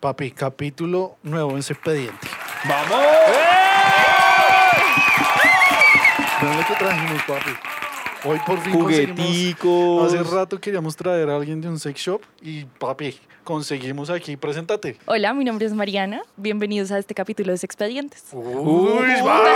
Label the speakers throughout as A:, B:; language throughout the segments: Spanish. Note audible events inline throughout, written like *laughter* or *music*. A: Papi, capítulo nuevo en su expediente.
B: ¡Vamos!
A: No lo que trajimos, papi. Hoy por fin conseguimos...
B: Jugueticos.
A: Hace rato queríamos traer a alguien de un sex shop y, papi, conseguimos aquí. Preséntate.
C: Hola, mi nombre es Mariana. Bienvenidos a este capítulo de Expedientes.
A: ¡Uy, vamos!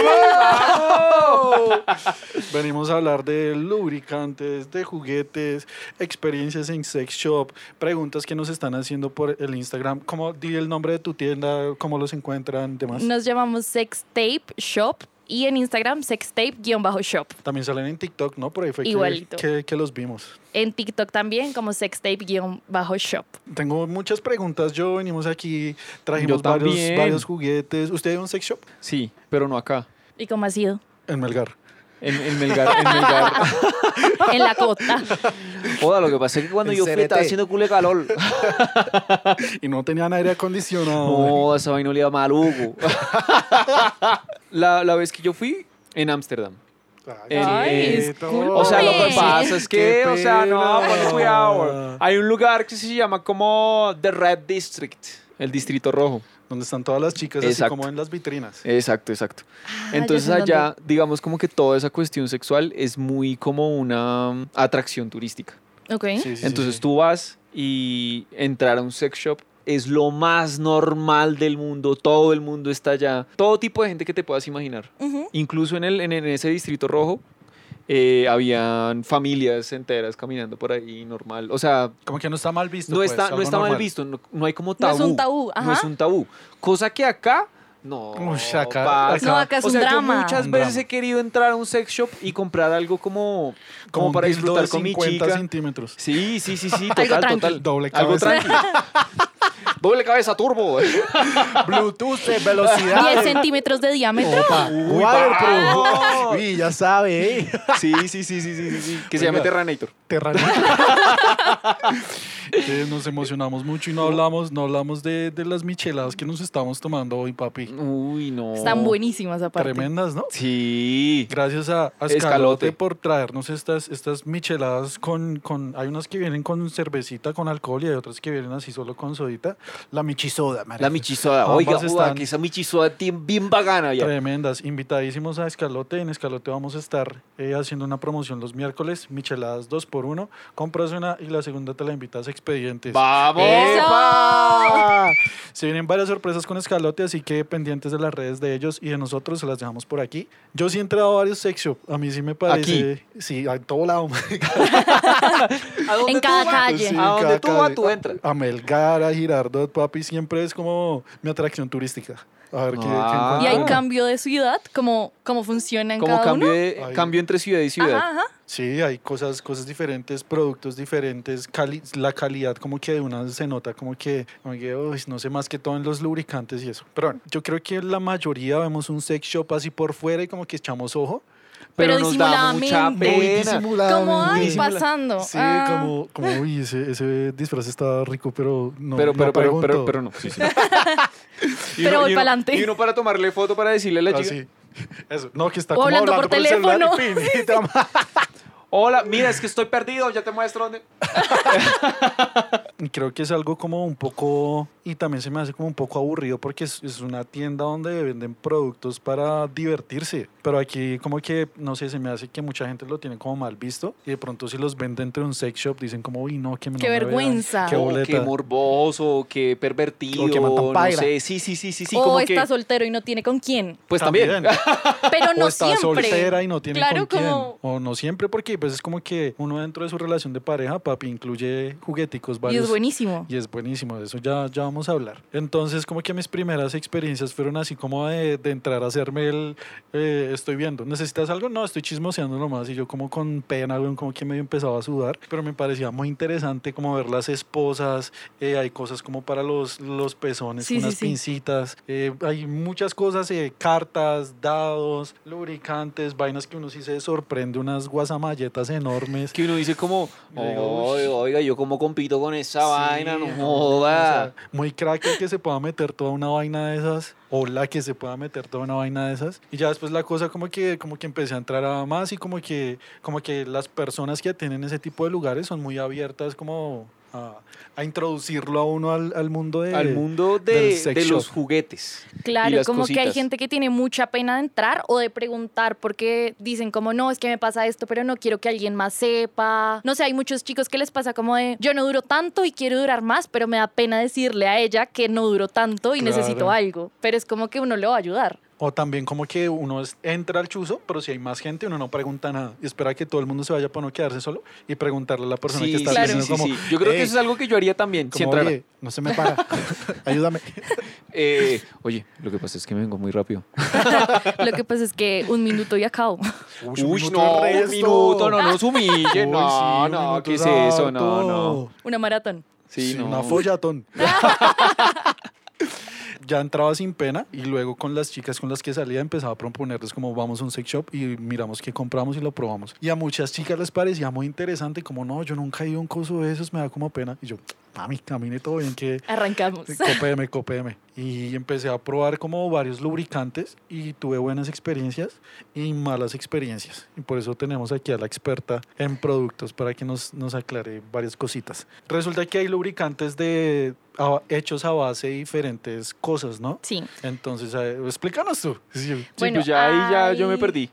A: Venimos a hablar de lubricantes, de juguetes, experiencias en sex shop, preguntas que nos están haciendo por el Instagram. ¿Cómo di el nombre de tu tienda? ¿Cómo los encuentran? Demás.
C: Nos llamamos Sextape Shop y en Instagram sextape-shop.
A: También salen en TikTok, ¿no? Por ahí fue que-
C: Igualito.
A: que- que los vimos.
C: En TikTok también como sextape-shop.
A: Tengo muchas preguntas. Yo venimos aquí, trajimos
B: Yo también.
A: varios, varios juguetes. ¿Usted es un sex shop?
B: Sí, pero no acá.
C: ¿Y cómo ha sido?
A: En Melgar.
B: En, en Melgar, en Melgar.
C: En
A: *laughs*
C: la costa.
D: Joda, lo que pasa es que cuando
E: El
D: yo fui estaba
E: CRT.
D: haciendo culo de calor.
A: Y no tenían aire acondicionado.
D: No, esa vaina olía maluco.
B: *laughs* La, la vez que yo fui, en Ámsterdam.
A: Ay,
B: Ay,
A: chiquito.
C: disculpe.
B: O sea, lo que
C: Oye.
B: pasa es que,
A: Qué
B: o sea, no,
A: pena.
B: ponle cuidado. Hay un lugar que se llama como The Red District, el distrito rojo.
A: Donde están todas las chicas,
B: Exacto. ¿Eh?
A: así como en las vitrinas.
B: Exacto, exacto.
C: Ah,
B: Entonces
C: ya sé
B: allá,
C: dónde.
B: digamos como que toda esa cuestión sexual es muy como una mm, atracción turística.
C: Ok.
A: Sí, sí, sí,
B: Entonces
A: sí.
B: tú vas y entrar a un sex shop es lo más normal del mundo, todo el mundo está allá, todo tipo de gente que te puedas imaginar.
C: Ujú.
B: Incluso en, el, en, en ese distrito rojo eh, habían familias enteras caminando por ahí normal. O sea,
A: Como que no está mal visto.
B: no
A: pues,
B: está, no
A: algo
B: está mal
A: normal.
B: visto, no, no hay como
C: No
B: tabú.
C: es un tabú,
B: No es
C: ajá.
B: un tabú. Cosa que acá, no.
A: Ush, acá-
B: parce.
A: acá-
C: No, acá es
B: O
C: un
B: sea, yo
C: drama.
B: muchas
A: Un
B: veces
A: drama.
B: he querido entrar a un sex shop y comprar algo como,
A: Como
B: como
A: un
B: para
A: dildo
B: disfrutar
A: de
B: con mi
A: 50
B: chica. *laughs*
A: centímetros.
B: Sí, sí, sí, sí,
C: Algo
B: total,
C: tranqui.
B: total.
A: Doble
B: Algo
A: cabeza.
B: tranquilo.
A: *laughs*
B: Doble cabeza turbo.
E: Bluetooth de velocidad.
C: 10 centímetros de diámetro.
E: Opa,
B: va.
E: Waterproof. Y ya sabe, ¿eh?
B: Sí, sí, sí, sí, sí, sí, sí. Que se
A: Oiga.
B: llame Terranator.
A: *laughs* Terranito. Que Eh, nos emocionamos mucho y no hablamos, no hablamos de, de las micheladas que nos estamos tomando hoy, papi.
B: Uy,
A: Oh.
B: no.
C: Están buenísimas aparte.
A: Tremendas, ¿no?
B: Sí.
A: Gracias a, a
B: Escalote.
A: Escalote por traernos estas, estas micheladas con, con... Hay unas que vienen con cervecita, con alcohol y hay otras que vienen así solo con sodita. La michisoda, marica.
D: La michisoda.
A: Ambas
D: Oiga,
A: están-
D: joda, que esa michisoda tiene bien vagana ya.
A: Tremendas. Invitadísimos a Escalote. En Escalote vamos a estar eh, haciendo una promoción los miércoles. Micheladas 2 por 1 Compras una y la segunda te la invitas a Expedientes.
D: ¡Vamos!
C: ¡Eso!
A: Se vienen varias sorpresas con Escalote, así que pendientes de las redes de ellos y de nosotros, se las dejamos por aquí. Yo sí he entrado a varios sex shop, a mí sí me parece. Sí, a todo lado. *laughs*
D: ¿A
C: En cada calle.
A: Sí,
D: ¿A
A: cada
D: dónde tú
A: calle.
D: vas, tú entras?
A: A Melgar, a Girardot, papi, siempre es como mi atracción turística. A ver qué, qué
B: Ah.
C: Y hay
A: encuentro.
C: cambio de ciudad, como, como funciona en
B: Como
C: cada
B: cambio,
C: uno.
B: de,
A: Ay.
B: cambio entre ciudad y ciudad.
C: Ajá, ajá.
A: Sí, hay cosas, cosas diferentes, productos diferentes, cali- la calidad como que de una se nota como que, como que, "Uy, no sé más que todo en los lubricantes y eso. Pero bueno, yo creo que la mayoría vemos un sex shop así por fuera y como que echamos ojo.
C: Pero
D: Pero nos da mucha
C: disimuladamente.
A: Muy
D: pena.
A: disimulado,
C: Como
A: muy
C: ay,
A: disimulado.
C: pasando.
A: Ah, Sí,
C: Ah.
A: como, como, uy, ese, ese disfraz está rico, pero no.
B: pero,
A: no
B: pero, pero, pero,
A: pregunto".
B: pero no. Sí, sí. Y
C: *laughs* Pero voy
B: y
C: pa'lante.
B: Y uno para tomarle foto para decirle a la chica.
A: Así. Ah, *laughs* Eso. No, que está
C: O
A: como
C: hablando por
A: el celular y
C: teléfono.
A: pin,
C: *laughs*
A: y te ama.
B: Hola, mira, es que estoy perdido, ya te muestro dónde.
A: Y Creo que es algo como un poco, y también se me hace como un poco aburrido porque es, es una tienda donde venden productos para divertirse, pero aquí como que, no sé, se me hace que mucha gente lo tiene como mal visto y de pronto si los venden entre un sex shop dicen como, uy, no, que no
C: Qué
A: me vean,
C: vergüenza.
A: Ah, qué
B: O
A: boleta.
B: Oh, qué morboso, qué pervertido,
A: O que matan
B: no
E: paila.
B: sé. Sí, sí, sí, sí, sí.
C: o
B: como
C: está
B: que,
C: soltero y no tiene con quién.
B: pues también.
C: Pero no
A: *laughs* o está
C: siempre.
A: soltera y no tiene
C: Claro,
A: con quién.
C: como-
A: O no siempre, porque pues es como que uno dentro de su relación de pareja, papi, incluye jugueticos
C: Y
A: varios.
C: es buenísimo.
A: Y es buenísimo, de eso ya, ya vamos a hablar. Entonces, como que mis primeras experiencias fueron así como de, de entrar a hacerme el, eh, estoy viendo, ¿necesitas algo? No, estoy chismoseando nomás y yo como con pena, weón, como que medio empezaba a sudar, pero me parecía muy interesante como ver las esposas, eh, hay cosas como para los, los pezones,
C: Sí, sí,
A: unas
C: sí.
A: pincitas, eh, hay muchas cosas, eh, cartas, dados, lubricantes, vainas que uno sí se sorprende, unas guasamalletas enormes.
B: Que uno dice como,
A: Yo digo,
B: oiga, oiga, yo como compito con esa
A: Sí,
B: vaina, no
A: no,
B: joda.
A: o sea, muy crack el que se pueda meter toda una vaina de esas. O la que se pueda meter toda una vaina de esas. Y ya después la cosa como que, como que empecé a entrar a más y como que, como que las personas que tienen ese tipo de lugares son muy abiertas como a, a introducirlo a uno al, al mundo de...
B: al mundo de,
A: eh, del sex
B: de los
A: shop.
B: juguetes. y
C: Claro,
B: las
C: como que hay
B: cositas.
C: gente que tiene mucha pena de entrar o de preguntar porque dicen como, no, es que me pasa esto, pero no quiero que alguien más sepa. No sé, hay muchos chicos que les pasa como de, yo no duro tanto y quiero durar más, pero me da pena decirle a ella que no duro tanto y
A: Claro.
C: necesito algo. Pero es como que uno le va
B: *laughs*
C: a ayudar.
A: O también como que uno es- entra al chuzo, pero si hay más gente, uno no pregunta nada. Y espera que todo el mundo se vaya para no quedarse solo y preguntarle a la persona que está
C: sí,
A: haciendo como...
B: Yo creo
A: "Ey,
B: que eso es algo que yo haría también. Si
A: como,
B: entrara.
A: "Oye, no se me para, *laughs* ayúdame.
B: Eh, oye, lo que pasa es que me vengo muy rápido.
A: *laughs*
C: Lo que pasa es que un minuto y acabo.
A: Uy, un
B: Uy,
A: minuto
B: no,
A: de
B: un
A: resto.
B: minuto, no nos humille.
A: *laughs* Uy,
B: no,
A: sí, un
B: no,
A: minuto
B: ¿qué es
A: es
B: eso? No, no.
A: harto.
C: Una maratón.
B: Sí,
A: Sí,
B: no.
A: Una follatón. *laughs* ya entraba sin pena y luego con las chicas con las que salía empezaba a proponerles como vamos a un sex shop y miramos qué compramos y lo probamos. Y a muchas chicas les parecía muy interesante, como no, yo nunca he ido a un coso de esos, me da como pena. Y yo, mami, camine todo bien, que
C: Arrancamos. *laughs*
A: copéme, copéme. Y empecé a probar como varios lubricantes y tuve buenas experiencias y malas experiencias. Y por eso tenemos aquí a la experta en productos para que nos, nos aclare varias cositas. Resulta que hay lubricantes de, a- hechos a base de diferentes cosas, ¿no?
C: Sí.
A: Entonces, eh, explícanos tú. Sí.
B: Sí, pues ya ahí ya yo me perdí.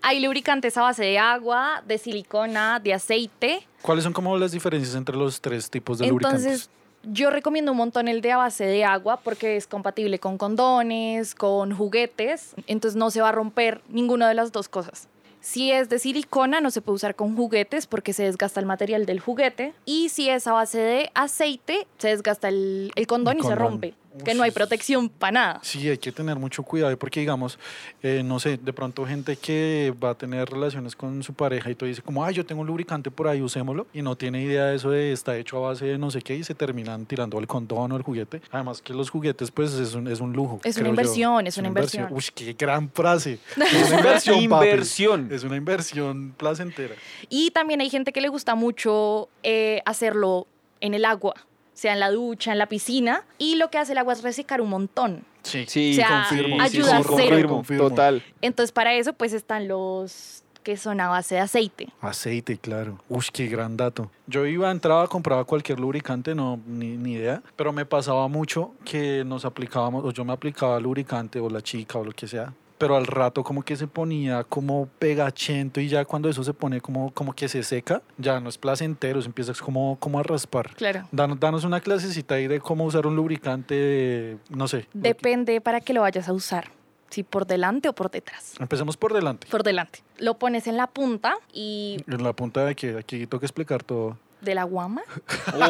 C: Hay lubricantes a base de agua, de silicona, de aceite.
A: ¿Cuáles son como las diferencias entre los tres tipos de lubricantes?
C: Entonces, yo recomiendo un montón el de a base de agua porque es compatible con condones, con juguetes, entonces no se va a romper ninguna de las dos cosas. Si es de silicona, no se puede usar con juguetes porque se desgasta el material del juguete. Y si es a base de aceite, se desgasta el, el condón
A: El
C: y se
A: condón.
C: rompe.
A: Uy,
C: Que no hay
A: sí, sí.
C: protección para nada.
A: Sí, hay que tener mucho cuidado porque, digamos, eh, no sé, de pronto gente que va a tener relaciones con su pareja y todo dice como, ay, yo tengo un lubricante por ahí, usémoslo, y no tiene idea de eso de está hecho a base de no sé qué y se terminan tirando el condón o el juguete. Además que los juguetes, pues, es un, es un lujo.
C: Es una
A: creo yo.
C: inversión, es una inversión.
A: Uy, qué gran frase.
C: *laughs*
A: Es una inversión,
B: *laughs*
A: papi.
B: Inversión.
A: Es una inversión placentera.
C: Y también hay gente que le gusta mucho eh, hacerlo en el agua, sea en la ducha, en la piscina. Y lo que hace el agua es resecar un montón.
B: Sí,
C: O sea,
B: confirmo. sí,
C: ayuda
B: sí,
C: cero.
B: confirmo,
A: Confirmo.
B: Total.
C: Entonces, para eso, pues están los que son a base de aceite.
A: Aceite, claro. Uy, qué gran dato. Yo iba, entraba, compraba cualquier lubricante, no, ni, ni idea, pero me pasaba mucho que nos aplicábamos, o yo me aplicaba lubricante, o la chica, o lo que sea, pero al rato como que se ponía como pegachento y ya cuando eso se pone como, como que se seca, ya no es placentero, se empieza como, como a raspar.
C: Claro.
A: Danos, danos una clasecita ahí de cómo usar un lubricante, de- no sé.
C: Depende para que lo vayas a usar, si por delante o por detrás.
A: Empecemos por delante.
C: Por delante. Lo pones en la punta y
A: En la punta de que aquí toca explicar todo.
C: de la guama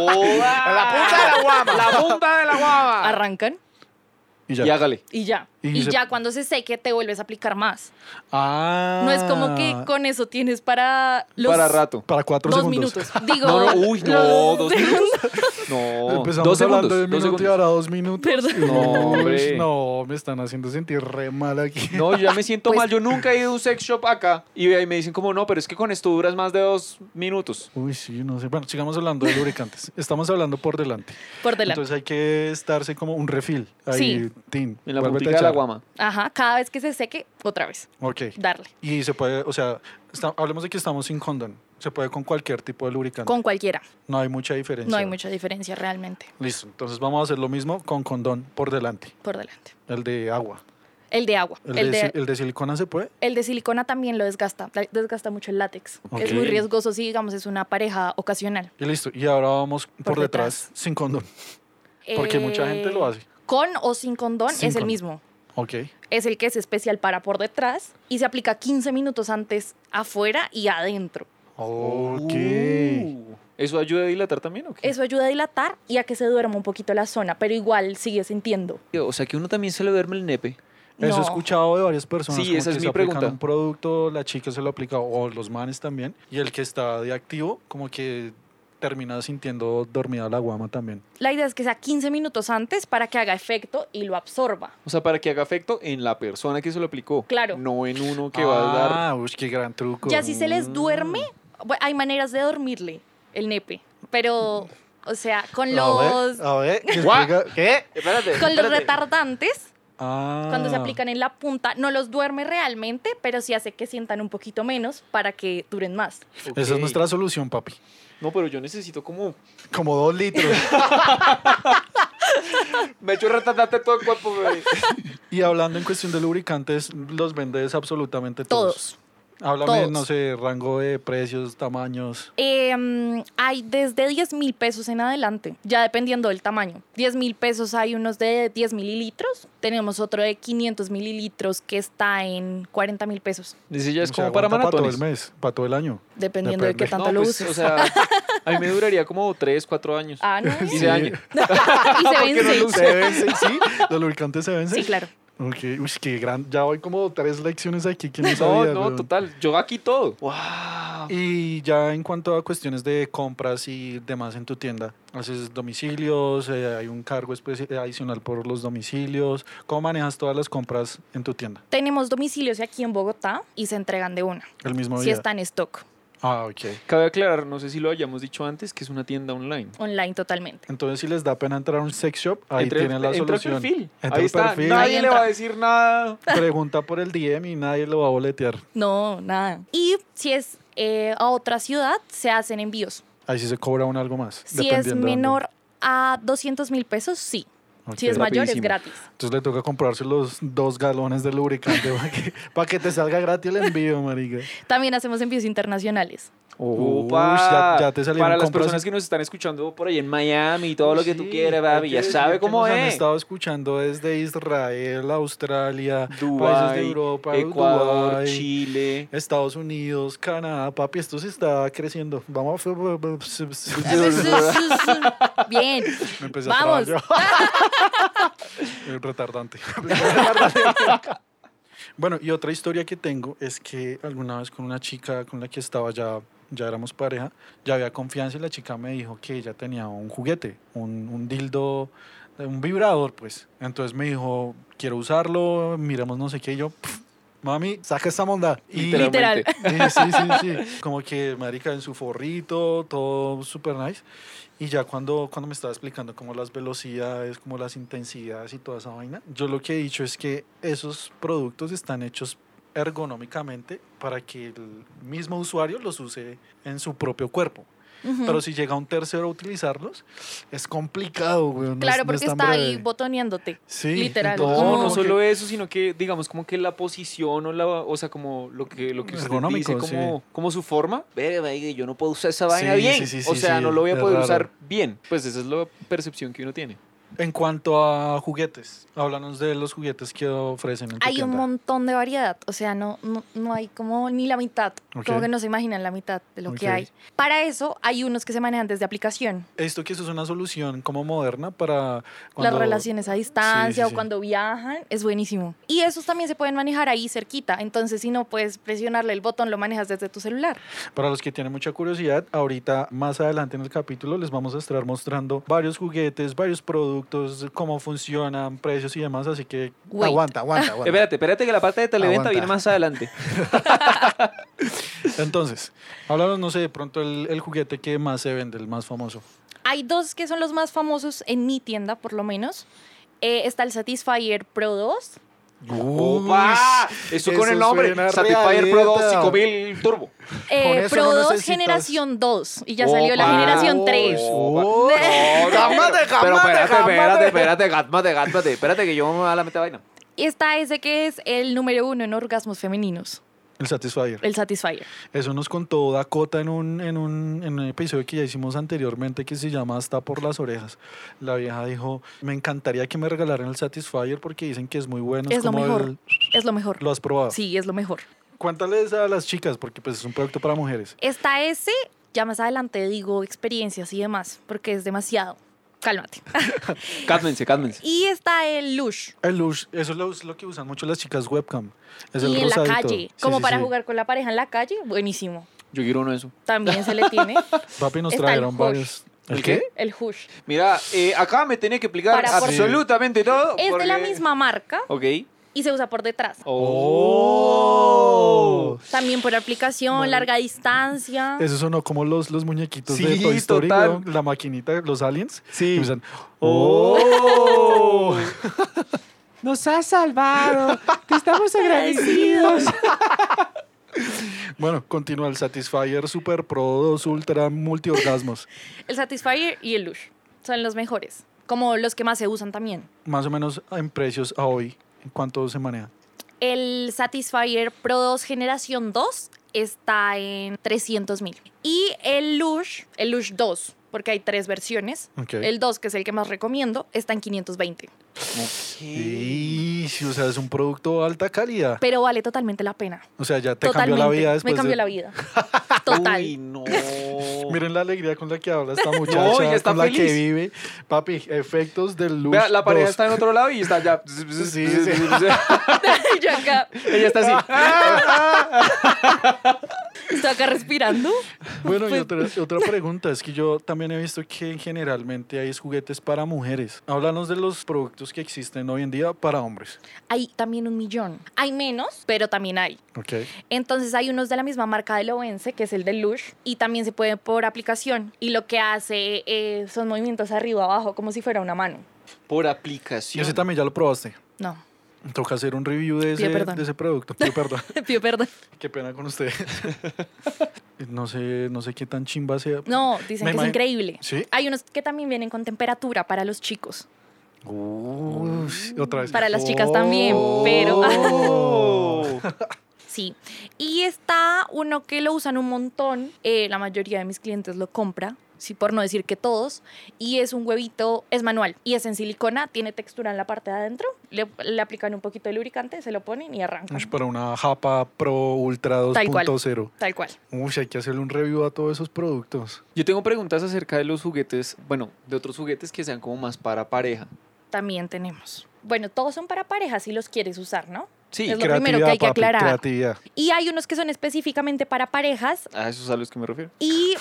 B: la
E: punta de la guama.
B: La punta de la guama.
C: arrancan
A: Y ya.
B: Y hágale.
C: y ya.
A: Y
C: Y,
A: se-
C: ya cuando se seque te vuelves a aplicar más.
A: Ah.
C: No es como que con eso tienes para los
B: Para rato.
A: Para cuatro
C: dos
A: segundos.
C: minutos. Digo,
B: No, no, uy, no,
C: los-
B: dos minutos. No,
A: Empezamos
B: Oh. dos
A: hablando
B: segundos.
A: de un
B: dos
A: minuto y
B: segundos.
A: ahora dos minutos.
C: Perdón.
B: No, hombre.
A: Uy, no, me están haciendo sentir re mal aquí.
B: *laughs* No, yo ya me siento
C: Pues-
B: mal. Yo nunca he ido a un sex shop acá. Y ahí me dicen como, no, pero es que con esto duras más de dos minutos.
A: Uy, sí, no sé. Bueno, sigamos hablando de
B: *laughs*
A: lubricantes. Estamos hablando por delante.
C: Por delante.
A: Entonces hay que estarse como un refil. Ahí,
C: Sí.
A: tin.
B: En la
A: vuélvete a
B: puntita de la
A: echar.
B: guama.
C: Ajá, cada vez que se seque, otra vez,
A: Ok.
C: darle.
A: Y se puede, o sea, está- hablemos de que estamos sin condón. Se puede con cualquier tipo de lubricante.
C: Con cualquiera.
A: No hay mucha diferencia.
C: No hay mucha diferencia realmente,
A: Listo. Entonces vamos a hacer lo mismo con condón por delante.
C: por delante.
A: El de agua.
C: El de agua.
A: El, de, si- el de silicona se puede.
C: El de silicona también lo desgasta, la- desgasta mucho el látex.
A: Ok.
C: Es muy riesgoso si, digamos, es una pareja ocasional.
A: Y listo. Y ahora vamos por,
C: detrás.
A: detrás sin condón. Porque mucha gente lo hace.
C: Eh, Con o sin condón
A: Sin
C: es el
A: condón.
C: mismo.
A: Ok.
C: Es el que es especial para por detrás y se aplica 15 minutos antes afuera y adentro.
A: Ok.
B: Uh, ¿Eso ayuda a dilatar también o qué?
C: Eso ayuda a dilatar y a que se duerma un poquito la zona, pero igual sigue sintiendo.
B: O sea, que uno también se le duerme el nepe.
A: Eso he
C: No.
A: escuchado de varias personas.
B: Sí,
A: como que
B: esa es
A: se
B: mi
A: aplican
B: pregunta.
A: un producto, la chica se lo aplica, o los manes también. Y el que está de activo, como que termina sintiendo dormida la guama también.
C: La idea es que sea 15 minutos antes para que haga efecto y lo absorba.
B: O sea, para que haga efecto en la persona que se lo aplicó.
C: Claro.
B: No en uno que va a dar.
A: Ah, uy, qué gran truco.
C: Ya si se les duerme, bu- hay maneras de dormirle el nepe, pero, o sea, con los...
A: A ver, a ver,
E: Guau,
A: explica-
E: ¿Qué?
B: Espérate.
C: Con los retardantes
A: Ah.
C: Cuando se aplican en la punta, no los duerme realmente, pero sí hace que sientan un poquito menos para que duren más.
A: Esa es nuestra solución, papi.
B: No, pero yo necesito como.
A: Como dos
B: *laughs*
A: litros.
B: Me echo retatante todo el cuerpo,
A: *laughs*
B: bebé.
A: y hablando en cuestión de lubricantes, los vendes absolutamente todos.
C: Todos.
A: Háblame,
C: Todos.
A: no sé, rango de precios, tamaños.
C: Eh, mm, hay desde 10 mil pesos en adelante, ya dependiendo del tamaño. 10 mil pesos hay unos de 10 mililitros, tenemos otro de 500 mililitros que está en 40 mil pesos,
B: Dice ya es
A: O sea,
B: como para
A: aguanta todo
B: maratones.
A: el mes, para todo el año.
C: dependiendo de
A: Depende.
C: qué tanto
B: No,
C: lo
B: pues,
C: uses.
B: O sea, a mí me duraría como 3, 4 años.
C: ah,
B: *laughs*
C: no.
B: Y
C: y
B: se daña. ¿Por
C: se
B: qué no lo
C: vence.
B: usas?
A: ¿Se vencen? ¿Sí? *laughs* ¿Los lubricantes se vencen?
C: Sí, claro.
A: Ok, uy, qué gran. Ya voy como tres lecciones aquí que no
B: *laughs* No,
A: sabía,
B: no,
A: weón.
B: total. Yo aquí todo. ¡Wow!
A: Y ya en cuanto a cuestiones de compras y demás en tu tienda, haces domicilios, Eh, hay un cargo especi- adicional por los domicilios. ¿Cómo manejas todas las compras en tu tienda?
C: Tenemos domicilios aquí en Bogotá y se entregan de una,
A: El mismo
C: si
A: día.
C: está en stock,
A: Ah, ok.
B: Cabe aclarar, no sé si lo hayamos dicho antes, que es una tienda online.
C: online totalmente.
A: Entonces, si les da pena entrar a un sex shop, ahí
B: Entra-
A: tienen la
B: entra al
A: solución.
B: perfil.
A: Entra
B: Ahí
A: al
B: está.
A: perfil.
B: Nadie
C: Ahí
B: le va a
C: entra.
B: decir nada.
C: *laughs*
A: Pregunta por el DM y nadie lo va a boletear.
C: No, nada. Y si es eh, a otra ciudad, se hacen envíos.
A: Ahí sí se cobra un algo más.
C: Si es
A: dependiendo de dónde.
C: menor a 200 mil pesos, sí.
A: Ok.
C: Si es mayor, es
B: Rapidísimo.
C: gratis.
A: Entonces le toca comprarse los dos galones de lubricante *laughs* para que, pa' que te salga gratis el envío, marica.
C: También hacemos envíos
A: *laughs*
C: internacionales.
B: Opa.
A: Ush, ya- ya te salieron
B: Para las
A: compras.
B: personas que nos están escuchando por ahí en Miami y todo lo que tú
A: Sí,
B: quieras,
A: hay
B: baby,
A: que
B: ya
A: decir
B: sabe
A: que
B: cómo
A: nos han
B: es.
A: estado escuchando desde Israel, Australia, países de
B: Dubái,
A: Europa,
B: Ecuador,
A: Dubái,
B: Chile.
A: Estados Unidos, Canadá, papi, esto se está creciendo. Vamos a...
C: *laughs* Bien.
A: Me empecé
C: Vamos.
A: a trabar yo. *laughs* El retardante. bueno, y otra historia que tengo es que alguna vez con una chica con la que estaba ya, ya éramos pareja, ya había confianza y la chica me dijo que ella tenía un juguete, un, un dildo, eh, un vibrador, pues. Entonces me dijo, quiero usarlo, miremos no sé qué, y yo... "Pff, Mami, saca esta monda. Y-
C: Literal.
A: Sí, *laughs* sí, sí,
C: *laughs*
A: sí. Como que marica en su forrito, todo super nice. Y ya cuando, cuando me estaba explicando como las velocidades, como las intensidades y toda esa vaina, yo lo que he dicho es que esos productos están hechos ergonómicamente para que el mismo usuario los use en su propio cuerpo.
C: Ujú.
A: Pero si llega un tercero a utilizarlos, es complicado, güey. no es- no
C: claro,
A: es
C: porque
A: tan
C: está ahí
A: breve.
C: botoneándote.
A: Sí,
C: literal.
B: No,
A: como
B: no
A: que-
B: solo eso, sino que digamos como que la posición o la, o sea, como lo que lo que usted
A: Ergonómico,
B: dice, como, como su forma. Ve, ve, yo no puedo usar esa
A: Sí,
B: vaina bien.
A: sí, sí,
B: o
A: sí,
B: sea,
A: sí,
B: no lo voy a
A: es
B: poder
A: raro.
B: usar bien. Pues esa es la percepción que uno tiene.
A: En cuanto a juguetes, háblanos de los juguetes que ofrecen. En tu
C: Hay un
A: tienda.
C: montón de variedad. O sea, no, no, no hay como ni la mitad.
A: Ok.
C: Como que no se imaginan la mitad de lo que
A: Ok.
C: hay. Para eso hay unos que se manejan desde aplicación.
A: esto que eso es una solución como moderna para cuando-
C: las relaciones a
A: Sí,
C: distancia
A: sí, sí.
C: o cuando viajan, es buenísimo. Y esos también se pueden manejar ahí cerquita, entonces si no puedes presionarle el botón, lo manejas desde tu celular.
A: Para los que tienen mucha curiosidad, ahorita más adelante en el capítulo les vamos a estar mostrando varios juguetes, varios productos, cómo funcionan, precios y demás, así que
C: Wait.
E: Aguanta,
D: *laughs*
E: aguanta, aguanta.
B: espérate, espérate que la parte de televenta
E: Aguanta.
B: viene más adelante.
A: entonces, háblanos no sé, de pronto el, el juguete que más se vende, el más famoso.
C: Hay dos que son los más famosos en mi tienda, por lo menos. Eh, está el Satisfyer Pro 2.
B: ¡Opa! Eso, con
E: eso
B: el nombre.
E: suena
B: Satisfyer Pro 2
E: realita.
B: 5000 Turbo.
C: Eh,
A: Con eso
C: Pro
A: no
C: 2
A: necesitas.
C: generación 2 y ya salió la
B: Opa.
C: generación 3.
A: Oh,
E: Cálmate,
B: Pero
E: cálmate,
B: espérate,
E: cálmate.
B: espérate, espérate, cálmate, cálmate. Espérate que yo me voy a la meta vaina.
C: Y está ese que es el número uno en orgasmos femeninos,
A: El Satisfyer.
C: el Satisfyer.
A: Eso nos contó Dakota en un, en, un, en un episodio que ya hicimos anteriormente que se llama Hasta por las orejas. La vieja dijo, me encantaría que me regalaran el Satisfyer porque dicen que es muy bueno.
C: Es lo
A: como
C: mejor.
A: el-
C: Es lo mejor.
A: lo has probado.
C: Sí, es lo mejor.
A: Cuéntales a las chicas porque pues es un producto para mujeres.
C: Está ese, ya más adelante digo experiencias y demás, porque es demasiado. Cálmate.
B: Cálmense, cálmense.
C: Y está el Lush.
A: El Lush, eso es lo, es lo que usan mucho las chicas webcam. Es el
C: y en la
A: rosadito.
C: calle.
A: Sí,
C: como
A: sí,
C: para
A: sí.
C: jugar con la pareja en la calle, buenísimo.
B: Yo quiero uno de eso.
C: También se le
A: *laughs*
C: tiene
A: Papi nos
C: Está el
A: trajeron
C: Hush.
A: varios.
B: ¿El qué?
C: el Hush.
B: Mira, eh, acá me tenía que explicar
C: Para por-
B: absolutamente todo.
C: Es de la
B: porque-
C: misma marca
B: Ok.
C: y se usa por detrás.
A: ¡Oh!
C: También por aplicación, larga distancia.
A: Eso sonó como los, los muñequitos
B: Sí,
A: de Toy Story,
B: total.
A: ¿no? la maquinita, los aliens.
E: Sí.
A: Y usan,
B: ¡Oh! Nos has salvado. Te estamos agradecidos.
A: Bueno, continúa el Satisfyer Super Pro 2 Ultra Multiorgasmos.
C: El Satisfyer y el Lush son los mejores, como los que más se usan también.
A: Más o menos en precios a hoy. ¿En cuánto se maneja?
C: El Satisfyer Pro 2 Generación 2 está en 300 mil. Y el Lush, el Lush 2, porque hay tres versiones.
A: Ok.
C: El 2, que es el que más recomiendo, está en 520.
A: Y si o sea, es un producto de alta calidad.
C: Pero vale totalmente la pena.
A: O sea, ya te
C: totalmente.
A: cambió la vida después.
C: Me cambió
A: de-
C: la
A: *laughs*
C: vida. Total.
D: Uy, no.
A: Miren la alegría con la que habla
B: *laughs*
A: esta
B: Oh. No,
A: muchacha,
B: ella está
A: con la
B: feliz.
A: que vive. Papi, efectos del luz.
B: Vea, la pareja
A: 2.
B: está en otro lado y está ya.
A: sí. *laughs*
C: Y *laughs* yo acá,
B: Ella está
A: Ah,
B: así.
C: estoy acá respirando.
A: Bueno, y
B: Pues-
A: otra, otra pregunta es que yo también he visto que generalmente hay juguetes para mujeres. Háblanos de los productos que existen hoy en día para hombres.
C: Hay también un millón. Hay menos, pero también hay.
A: Ok.
C: Entonces hay unos de la misma marca de Lovence, que es el de Lush, y también se puede por aplicación. Y lo que hace eh, son movimientos arriba, abajo, como si fuera una mano.
D: Por
A: Y
D: aplicación.
A: ese también ya lo probaste.
C: No,
A: Toca hacer un review de ese,
C: Pido perdón.
A: de ese producto. Pido
C: *laughs*
A: perdón.
C: *laughs* pido perdón.
A: qué pena con ustedes. *laughs* no sé, no sé qué tan chimba sea.
C: No, dicen
A: Me
C: que es
A: imagi-
C: increíble.
A: ¿Sí?
C: Hay unos que también vienen con temperatura para los chicos.
A: Uf, otra vez.
C: Para las chicas también,
A: *laughs*
C: pero- *laughs*
A: Oh.
C: Sí. Y está uno que lo usan un montón. eh, la mayoría de mis clientes lo compra. Sí, por no decir que todos. Y es un huevito, es manual. Y es en silicona, tiene textura en la parte de adentro. Le, le aplican un poquito de lubricante, se lo ponen y arrancan.
A: Ush, para una japa Pro Ultra
C: Tal cual.
A: 2.0.
C: Tal cual.
A: Uy, hay que hacerle un review a todos esos productos.
B: *laughs* Yo tengo preguntas acerca de los juguetes, bueno, de otros juguetes que sean como más para pareja.
C: También tenemos. Bueno, todos son para parejas si los quieres usar, ¿no?
B: Sí.
C: Es lo primero que hay que
A: papi,
C: aclarar.
A: creatividad.
C: Y hay unos que son específicamente para parejas
B: A esos a los que me refiero.
C: y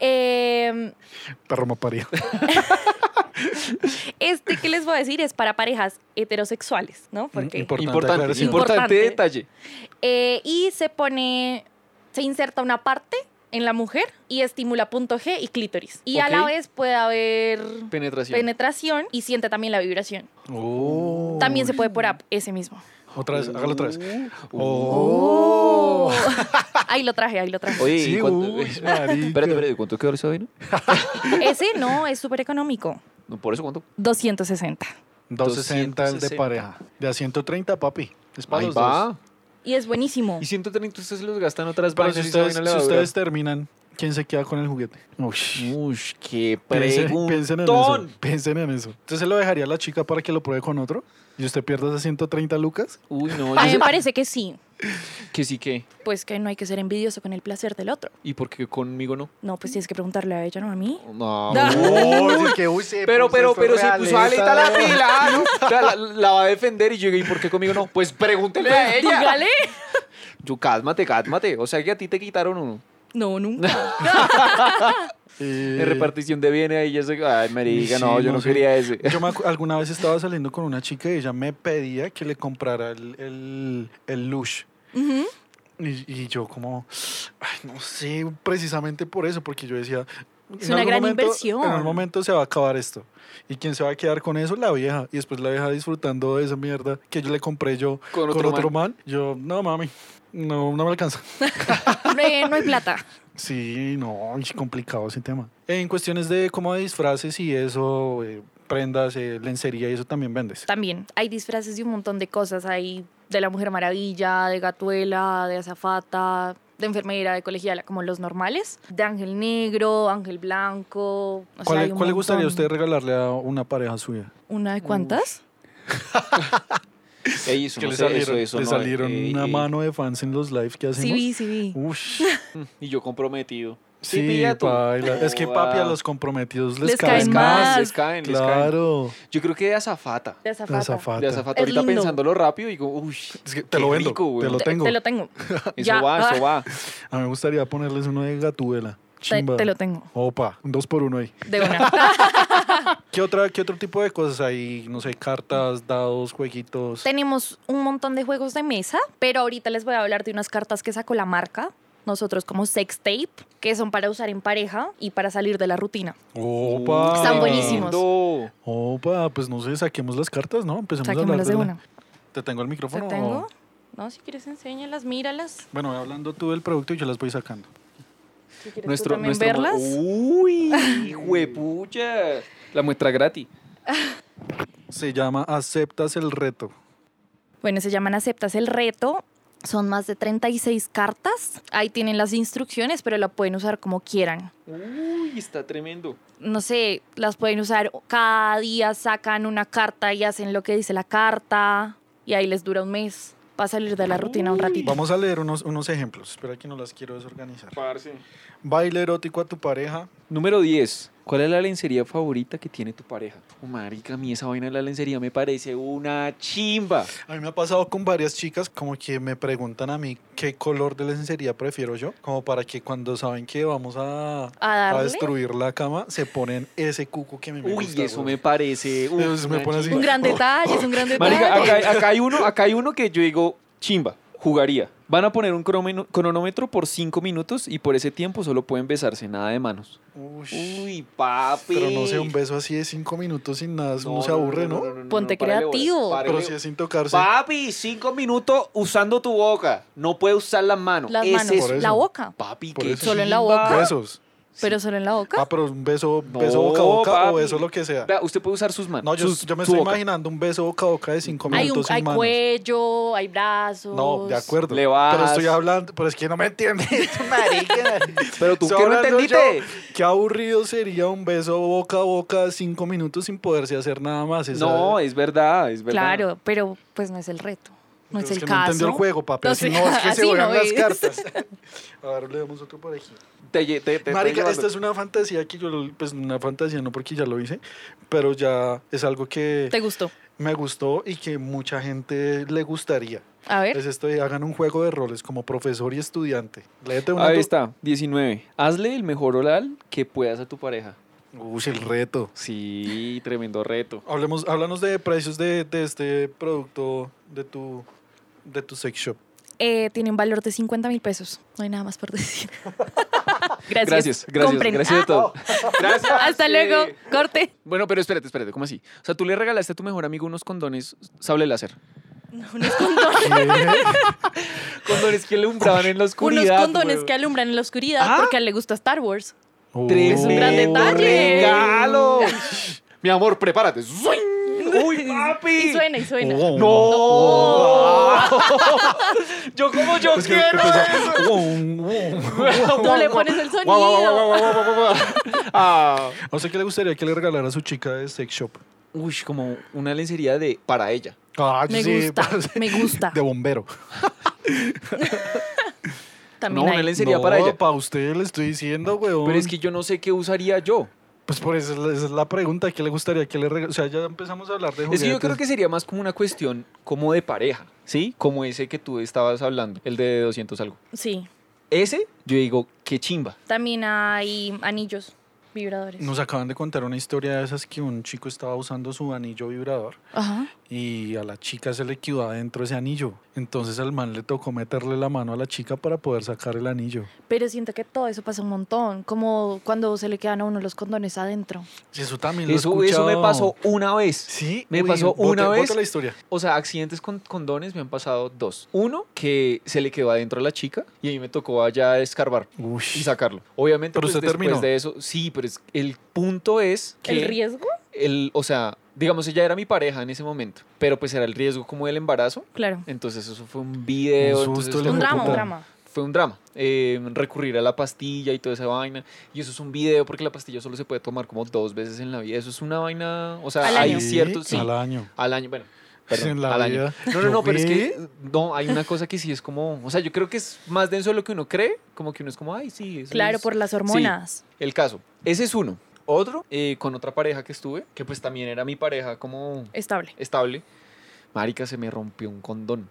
C: eh,
A: Perro me
C: *laughs*
A: parió.
C: este que les voy a decir es para parejas heterosexuales, ¿no? Porque
A: Importante
B: Importante,
A: aclaración.
B: importante
C: Importante.
B: detalle.
C: eh, y se pone, se inserta una parte en la mujer y estimula punto G y clítoris. Y a la
B: Ok.
C: vez puede haber
B: Penetración.
C: penetración y siente también la vibración.
A: Oh.
C: También se Uh. puede por app, ese mismo.
A: Otra vez, hágalo otra vez.
B: Uh.
C: Oh. *laughs* ahí lo traje, ahí lo traje.
B: Oye,
A: Sí,
B: ¿y cuánto-
A: uy,
C: *laughs*
B: espérate, *laughs* espérate, ¿cuánto quedó esa vaina?
C: Ese no, es súper económico.
B: No, por eso cuánto.
C: 260.
A: 260 el de
B: 260.
A: pareja. De a 130, papi. Es para
B: Ahí
A: los
B: va.
A: dos.
C: Y es buenísimo.
B: Y 130 ustedes los gastan otras
A: Pero
B: vainas
A: si
B: y esa
A: ustedes,
B: vaina le
A: si
B: va a
A: ustedes terminan, ¿quién se queda con el juguete? Ush.
C: Mm.
B: durar. Ush, qué
A: Piensen, piensen en eso.
B: preguntón.
A: Piensen en eso. Entonces se lo dejaría a la chica para que lo pruebe con otro. Y usted pierda esas 130 lucas.
B: Uy, no,
C: A mí me
B: yo
C: parece que sí.
B: sé que sí que.
C: Pues que no hay que ser envidioso con el placer del otro.
B: ¿Y por qué conmigo no?
C: No, pues tienes que preguntarle a ella, no a mí.
B: No.
C: Da.
B: *laughs*
A: Oh, sí, que, uy, se
B: Pero,
A: puso
B: pero,
A: esto
B: pero se puso
A: realista,
B: aleta la
A: ¿no?
B: pila, ¿no? O sea, la, la va a defender y yo, ¿y por qué conmigo no? Pues pregúntele a ella.
C: Dígale.
B: Yo, cálmate, cálmate. O sea que a ti te quitaron uno.
C: No,
A: *laughs*
C: nunca.
A: Eh,
B: En repartición de bienes ahí ya se... Ay, marica,
A: sí,
B: no, yo
A: no
B: no
A: sé.
B: quería ese.
A: Yo me acu- alguna vez estaba saliendo con una chica y ella me pedía que le comprara el, el, el Lush.
C: Ujú.
A: Y, y yo como, ay, no sé, precisamente por eso, porque yo decía...
C: Es
A: en
C: una
A: algún
C: gran
A: momento-
C: inversión.
A: En algún momento se va a acabar esto. ¿Y quién se va a quedar con eso? La vieja. Y después la vieja disfrutando de esa mierda que yo le compré yo *laughs*
B: Con
A: con
B: otro
A: otro, man. Yo, no, mami, no, no me alcanza.
C: Eh, no hay plata.
A: Sí, no, es complicado ese tema. En cuestiones de cómo de disfraces y eso, eh, prendas, eh, lencería y eso también vendes.
C: También hay disfraces de un montón de cosas. Hay de la Mujer Maravilla, de Gatuela, de Azafata, de enfermera, de colegiala, como los normales. De Ángel Negro, Ángel Blanco. o sea,
A: ¿Cuál,
C: hay
A: le-
C: un
A: cuál le gustaría a
C: montón.
A: usted regalarle a una pareja suya?
C: ¿Una de cuántas?
B: Ey, eso
A: que
B: no
A: le
B: sé,
A: salieron,
B: eso, eso
A: le
B: no, eh,
A: salieron
B: ey,
A: una
B: ey.
A: mano de fans en los live que
C: Sí,
A: hacemos.
C: vi, sí, vi.
A: Ush,
C: *laughs*
B: Y yo comprometido. Sí,
A: sí,
B: pilla tú.
A: paila. Es que papi a
B: Joda.
A: los comprometidos les,
C: Les
A: caen
C: caen
A: más.
C: más.
B: Les caen, les caen.
A: Claro,
B: Yo creo que de azafata.
A: la
C: De Azafata.
A: azafata.
B: De azafata.
C: Es
B: Ahorita
C: lindo.
B: pensándolo rápido, digo, uy,
A: Es que te
B: qué
A: lo vendo,
B: rico,
A: te
B: güey.
A: lo
C: Te-
A: tengo.
C: Te,
A: *laughs*
C: lo tengo.
B: Eso
C: Ya.
B: va,
C: *laughs*
B: eso va.
A: A mí me gustaría ponerles uno de gatuela.
C: Te,
A: Chimba.
C: te lo tengo.
A: Opa, un dos por uno ahí.
C: De una.
A: ¿Qué, otra, ¿Qué otro tipo de cosas hay? No sé, cartas, dados, jueguitos.
C: Tenemos un montón de juegos de mesa, pero ahorita les voy a hablar de unas cartas que sacó la marca. nosotros como sex tape, que son para usar en pareja y para salir de la rutina.
A: Opa.
C: Están buenísimos.
B: No.
A: Opa, pues no sé, saquemos las cartas, ¿no? Empecemos a hablar
C: Saquémoslas de
A: la-
C: una.
A: ¿Te tengo el
C: ¿Te
A: micrófono?
C: tengo? No, si quieres enséñalas, míralas.
A: Bueno, ve hablando tú del producto y yo las voy sacando.
C: Si quieres
B: Nuestro,
C: tú también
B: nuestro-
C: verlas. *laughs*
B: Uy, huepucha. La muestra gratis.
A: Se llama Aceptas el reto.
C: Bueno, se llaman Aceptas el Reto. Son más de 36 cartas. Ahí tienen las instrucciones, pero la pueden usar como quieran.
B: Uy, está tremendo.
C: No sé, las pueden usar cada día, sacan una carta y hacen lo que dice la carta. Y ahí les dura un mes para salir de la rutina un ratito.
A: Vamos a leer unos, unos ejemplos. Espera que no las quiero desorganizar.
B: Parce.
A: Baile erótico a tu pareja.
B: Número 10. ¿Cuál es la lencería favorita que tiene tu pareja? Oh, marica, a mí esa vaina de la lencería me parece una chimba.
A: A mí me ha pasado con varias chicas como que me preguntan a mí qué color de lencería prefiero yo, como para que cuando saben que vamos a,
C: ¿A
A: a
C: darle?
A: destruir la cama, se ponen ese cuco que a mí me
B: Uy,
A: gusta,
B: eso
A: güey.
B: me parece. uf,
A: Eso me
B: una
A: pone así.
C: Un
B: chimba.
A: *laughs*
C: gran detalle, es un gran detalle.
B: Marica, acá, hay- acá hay uno, acá hay uno que yo digo, chimba, jugaría. Van a poner un cromen- cronómetro por 5 minutos y por ese tiempo solo pueden besarse, nada de manos.
A: Ush.
B: Uy, papi.
A: Pero no sé, un beso así de cinco minutos sin nada, no, se aburre, ¿no?
C: Ponte
B: párale bolas,
C: creativo.
B: párale
A: Pero sí es sin tocarse.
B: Papi, cinco minutos usando tu boca. No puedes usar las manos.
C: Las
B: Ese
C: manos,
B: es-
A: Por eso.
C: la boca.
B: Papi,
A: Por
B: qué
A: eso. Solo
C: en la
B: chimba.
C: boca.
A: Besos.
C: Pero solo en la boca.
A: Ah, pero un beso,
B: No,
A: beso boca a boca o
B: papi.
A: beso lo que sea.
B: Vea, usted puede usar sus manos.
A: No, yo,
B: sus-
A: yo me
B: su
A: estoy
B: boca.
A: imaginando un beso boca a boca de cinco
C: Hay, un,
A: minutos sin
C: hay
A: manos.
C: cuello, hay brazos.
A: No, de acuerdo.
B: Le vas-
A: Pero estoy hablando, pero es que no me entiendes. *laughs*
B: Pero tú
A: Estoy
B: que no
A: hablando
B: entendiste.
A: yo, Qué aburrido sería un beso boca a boca de cinco minutos sin poderse hacer nada más. esa-
B: No, es verdad, es verdad.
C: Claro, pero pues no es el reto. No
A: Pero
C: es el
A: que
C: caso.
A: No entendió el juego, papi.
C: No
A: Así
C: sé,
A: no, es que
C: *laughs* así
A: se juegan
C: no
A: las
C: es.
A: cartas. *laughs* A ver, le damos otro por aquí.
B: Te, lle- te- te estoy
A: Marica,
B: llevando.
A: esta es una fantasía que yo, lo- pues una fantasía no porque ya lo hice, pero ya es algo que
C: ¿Te gustó?
A: me gustó y que mucha gente le gustaría.
C: A ver.
A: Es esto de hagan un juego de roles como profesor y estudiante. Léete una.
B: Ahí
A: tú.
B: está, 19. Hazle el mejor oral que puedas a tu pareja.
A: Uy, el reto.
B: Sí, tremendo reto.
A: Hablemos, háblanos de precios de, de este producto de tu, de tu sex shop.
C: eh, tiene un valor de 50 mil pesos. No hay nada más
A: *laughs*
C: por decir. gracias.
B: Gracias, gracias,
C: Compren.
B: gracias a todos.
C: *laughs*
B: Gracias.
C: Ah, hasta
B: sí.
C: luego. Corte.
B: Bueno, pero espérate, espérate, ¿cómo así? O sea, tú le regalaste a tu mejor amigo unos condones sable láser. *laughs* Condones que alumbraban en la
C: Unos
B: oscuridad.
C: condones
B: weón.
C: que alumbran en la oscuridad
B: Ah.
C: porque a él le gusta Star Wars.
B: Tremendo
C: Es un gran detalle.
B: regalo. *laughs* Mi amor, prepárate. ¡Zuing! ¡Uy, papi!
C: Y suena, y suena.
A: Oh.
B: ¡No! *laughs* yo como yo
A: Pues que-
B: quiero
A: pues,
B: eso.
A: wow, wow.
C: No le pones el sonido.
B: Guau, guau, guau, guau, guau, guau, guau, guau. Ah.
A: O sea, ¿qué le gustaría que le regalara a su chica de sex shop?
B: Uy, como una lencería de para ella.
A: Ah,
C: Me
A: sí,
C: gusta,
A: parce,
C: me gusta.
A: De bombero.
C: También
B: no,
C: hay.
B: una lencería para ella.
A: para usted le estoy diciendo, weón.
B: Pero es que yo no sé qué usaría yo.
A: Pues por eso es la- esa es la pregunta. ¿Qué le gustaría que le regalara? O sea, ya empezamos a hablar de juguetes.
B: Es que yo creo que sería más como una cuestión como de pareja, ¿sí? Como ese que tú estabas hablando, el de 200 algo.
C: Sí.
B: Ese, yo digo, qué chimba.
C: También hay anillos vibradores.
A: Nos acaban de contar una historia de esas que un chico estaba usando su anillo vibrador
C: Ajá.
A: y a la chica se le quedó adentro ese anillo. Entonces al man le tocó meterle la mano a la chica para poder sacar el anillo.
C: Pero siento que todo eso pasa un montón. Como cuando se le quedan a uno los condones adentro.
A: Sí, eso también lo he
B: Eso, eso me
A: escuchado.
B: pasó una vez.
A: Sí,
B: Me pasó
A: bote-
B: una
A: bote
B: vez.
A: la historia.
B: O sea, accidentes con condones me han pasado dos. Uno, que se le quedó adentro a la chica y a mí me tocó allá escarbar
A: Uy.
B: y sacarlo. Obviamente,
A: Pero
B: pues,
A: usted
B: después
A: terminó.
B: de eso, sí, pero es- el punto es que...
C: ¿El riesgo?
B: el- o sea, digamos, ella era mi pareja en ese momento, pero pues era el riesgo como del embarazo.
C: Claro.
B: Entonces eso fue un video.
A: Un susto,
B: entonces
A: el
B: fue
C: Un
A: hijo de
C: drama, un
A: puta.
C: drama.
B: Fue un drama. eh, recurrir a la pastilla y toda esa vaina. Y eso es un video porque la pastilla solo se puede tomar como dos veces en la vida. Eso es una vaina. O sea,
C: Al
B: hay
C: año.
B: ciertos. Sí,
A: Al
B: al,
A: año.
B: año.
A: *laughs*
B: Bueno. perdón,
A: En la
B: al año.
A: vida.
B: No, no, no, pero es
A: ¿Ve?
B: que no, hay una cosa que sí es como, o sea, yo creo que es más denso de lo que uno cree, como que uno es como, ay, sí, eso
C: Claro,
B: es
C: por las hormonas.
B: el caso. Ese es uno. Otro, eh, con otra pareja que estuve, que pues también era mi pareja como
C: Estable.
B: estable. Marica, se me rompió un condón.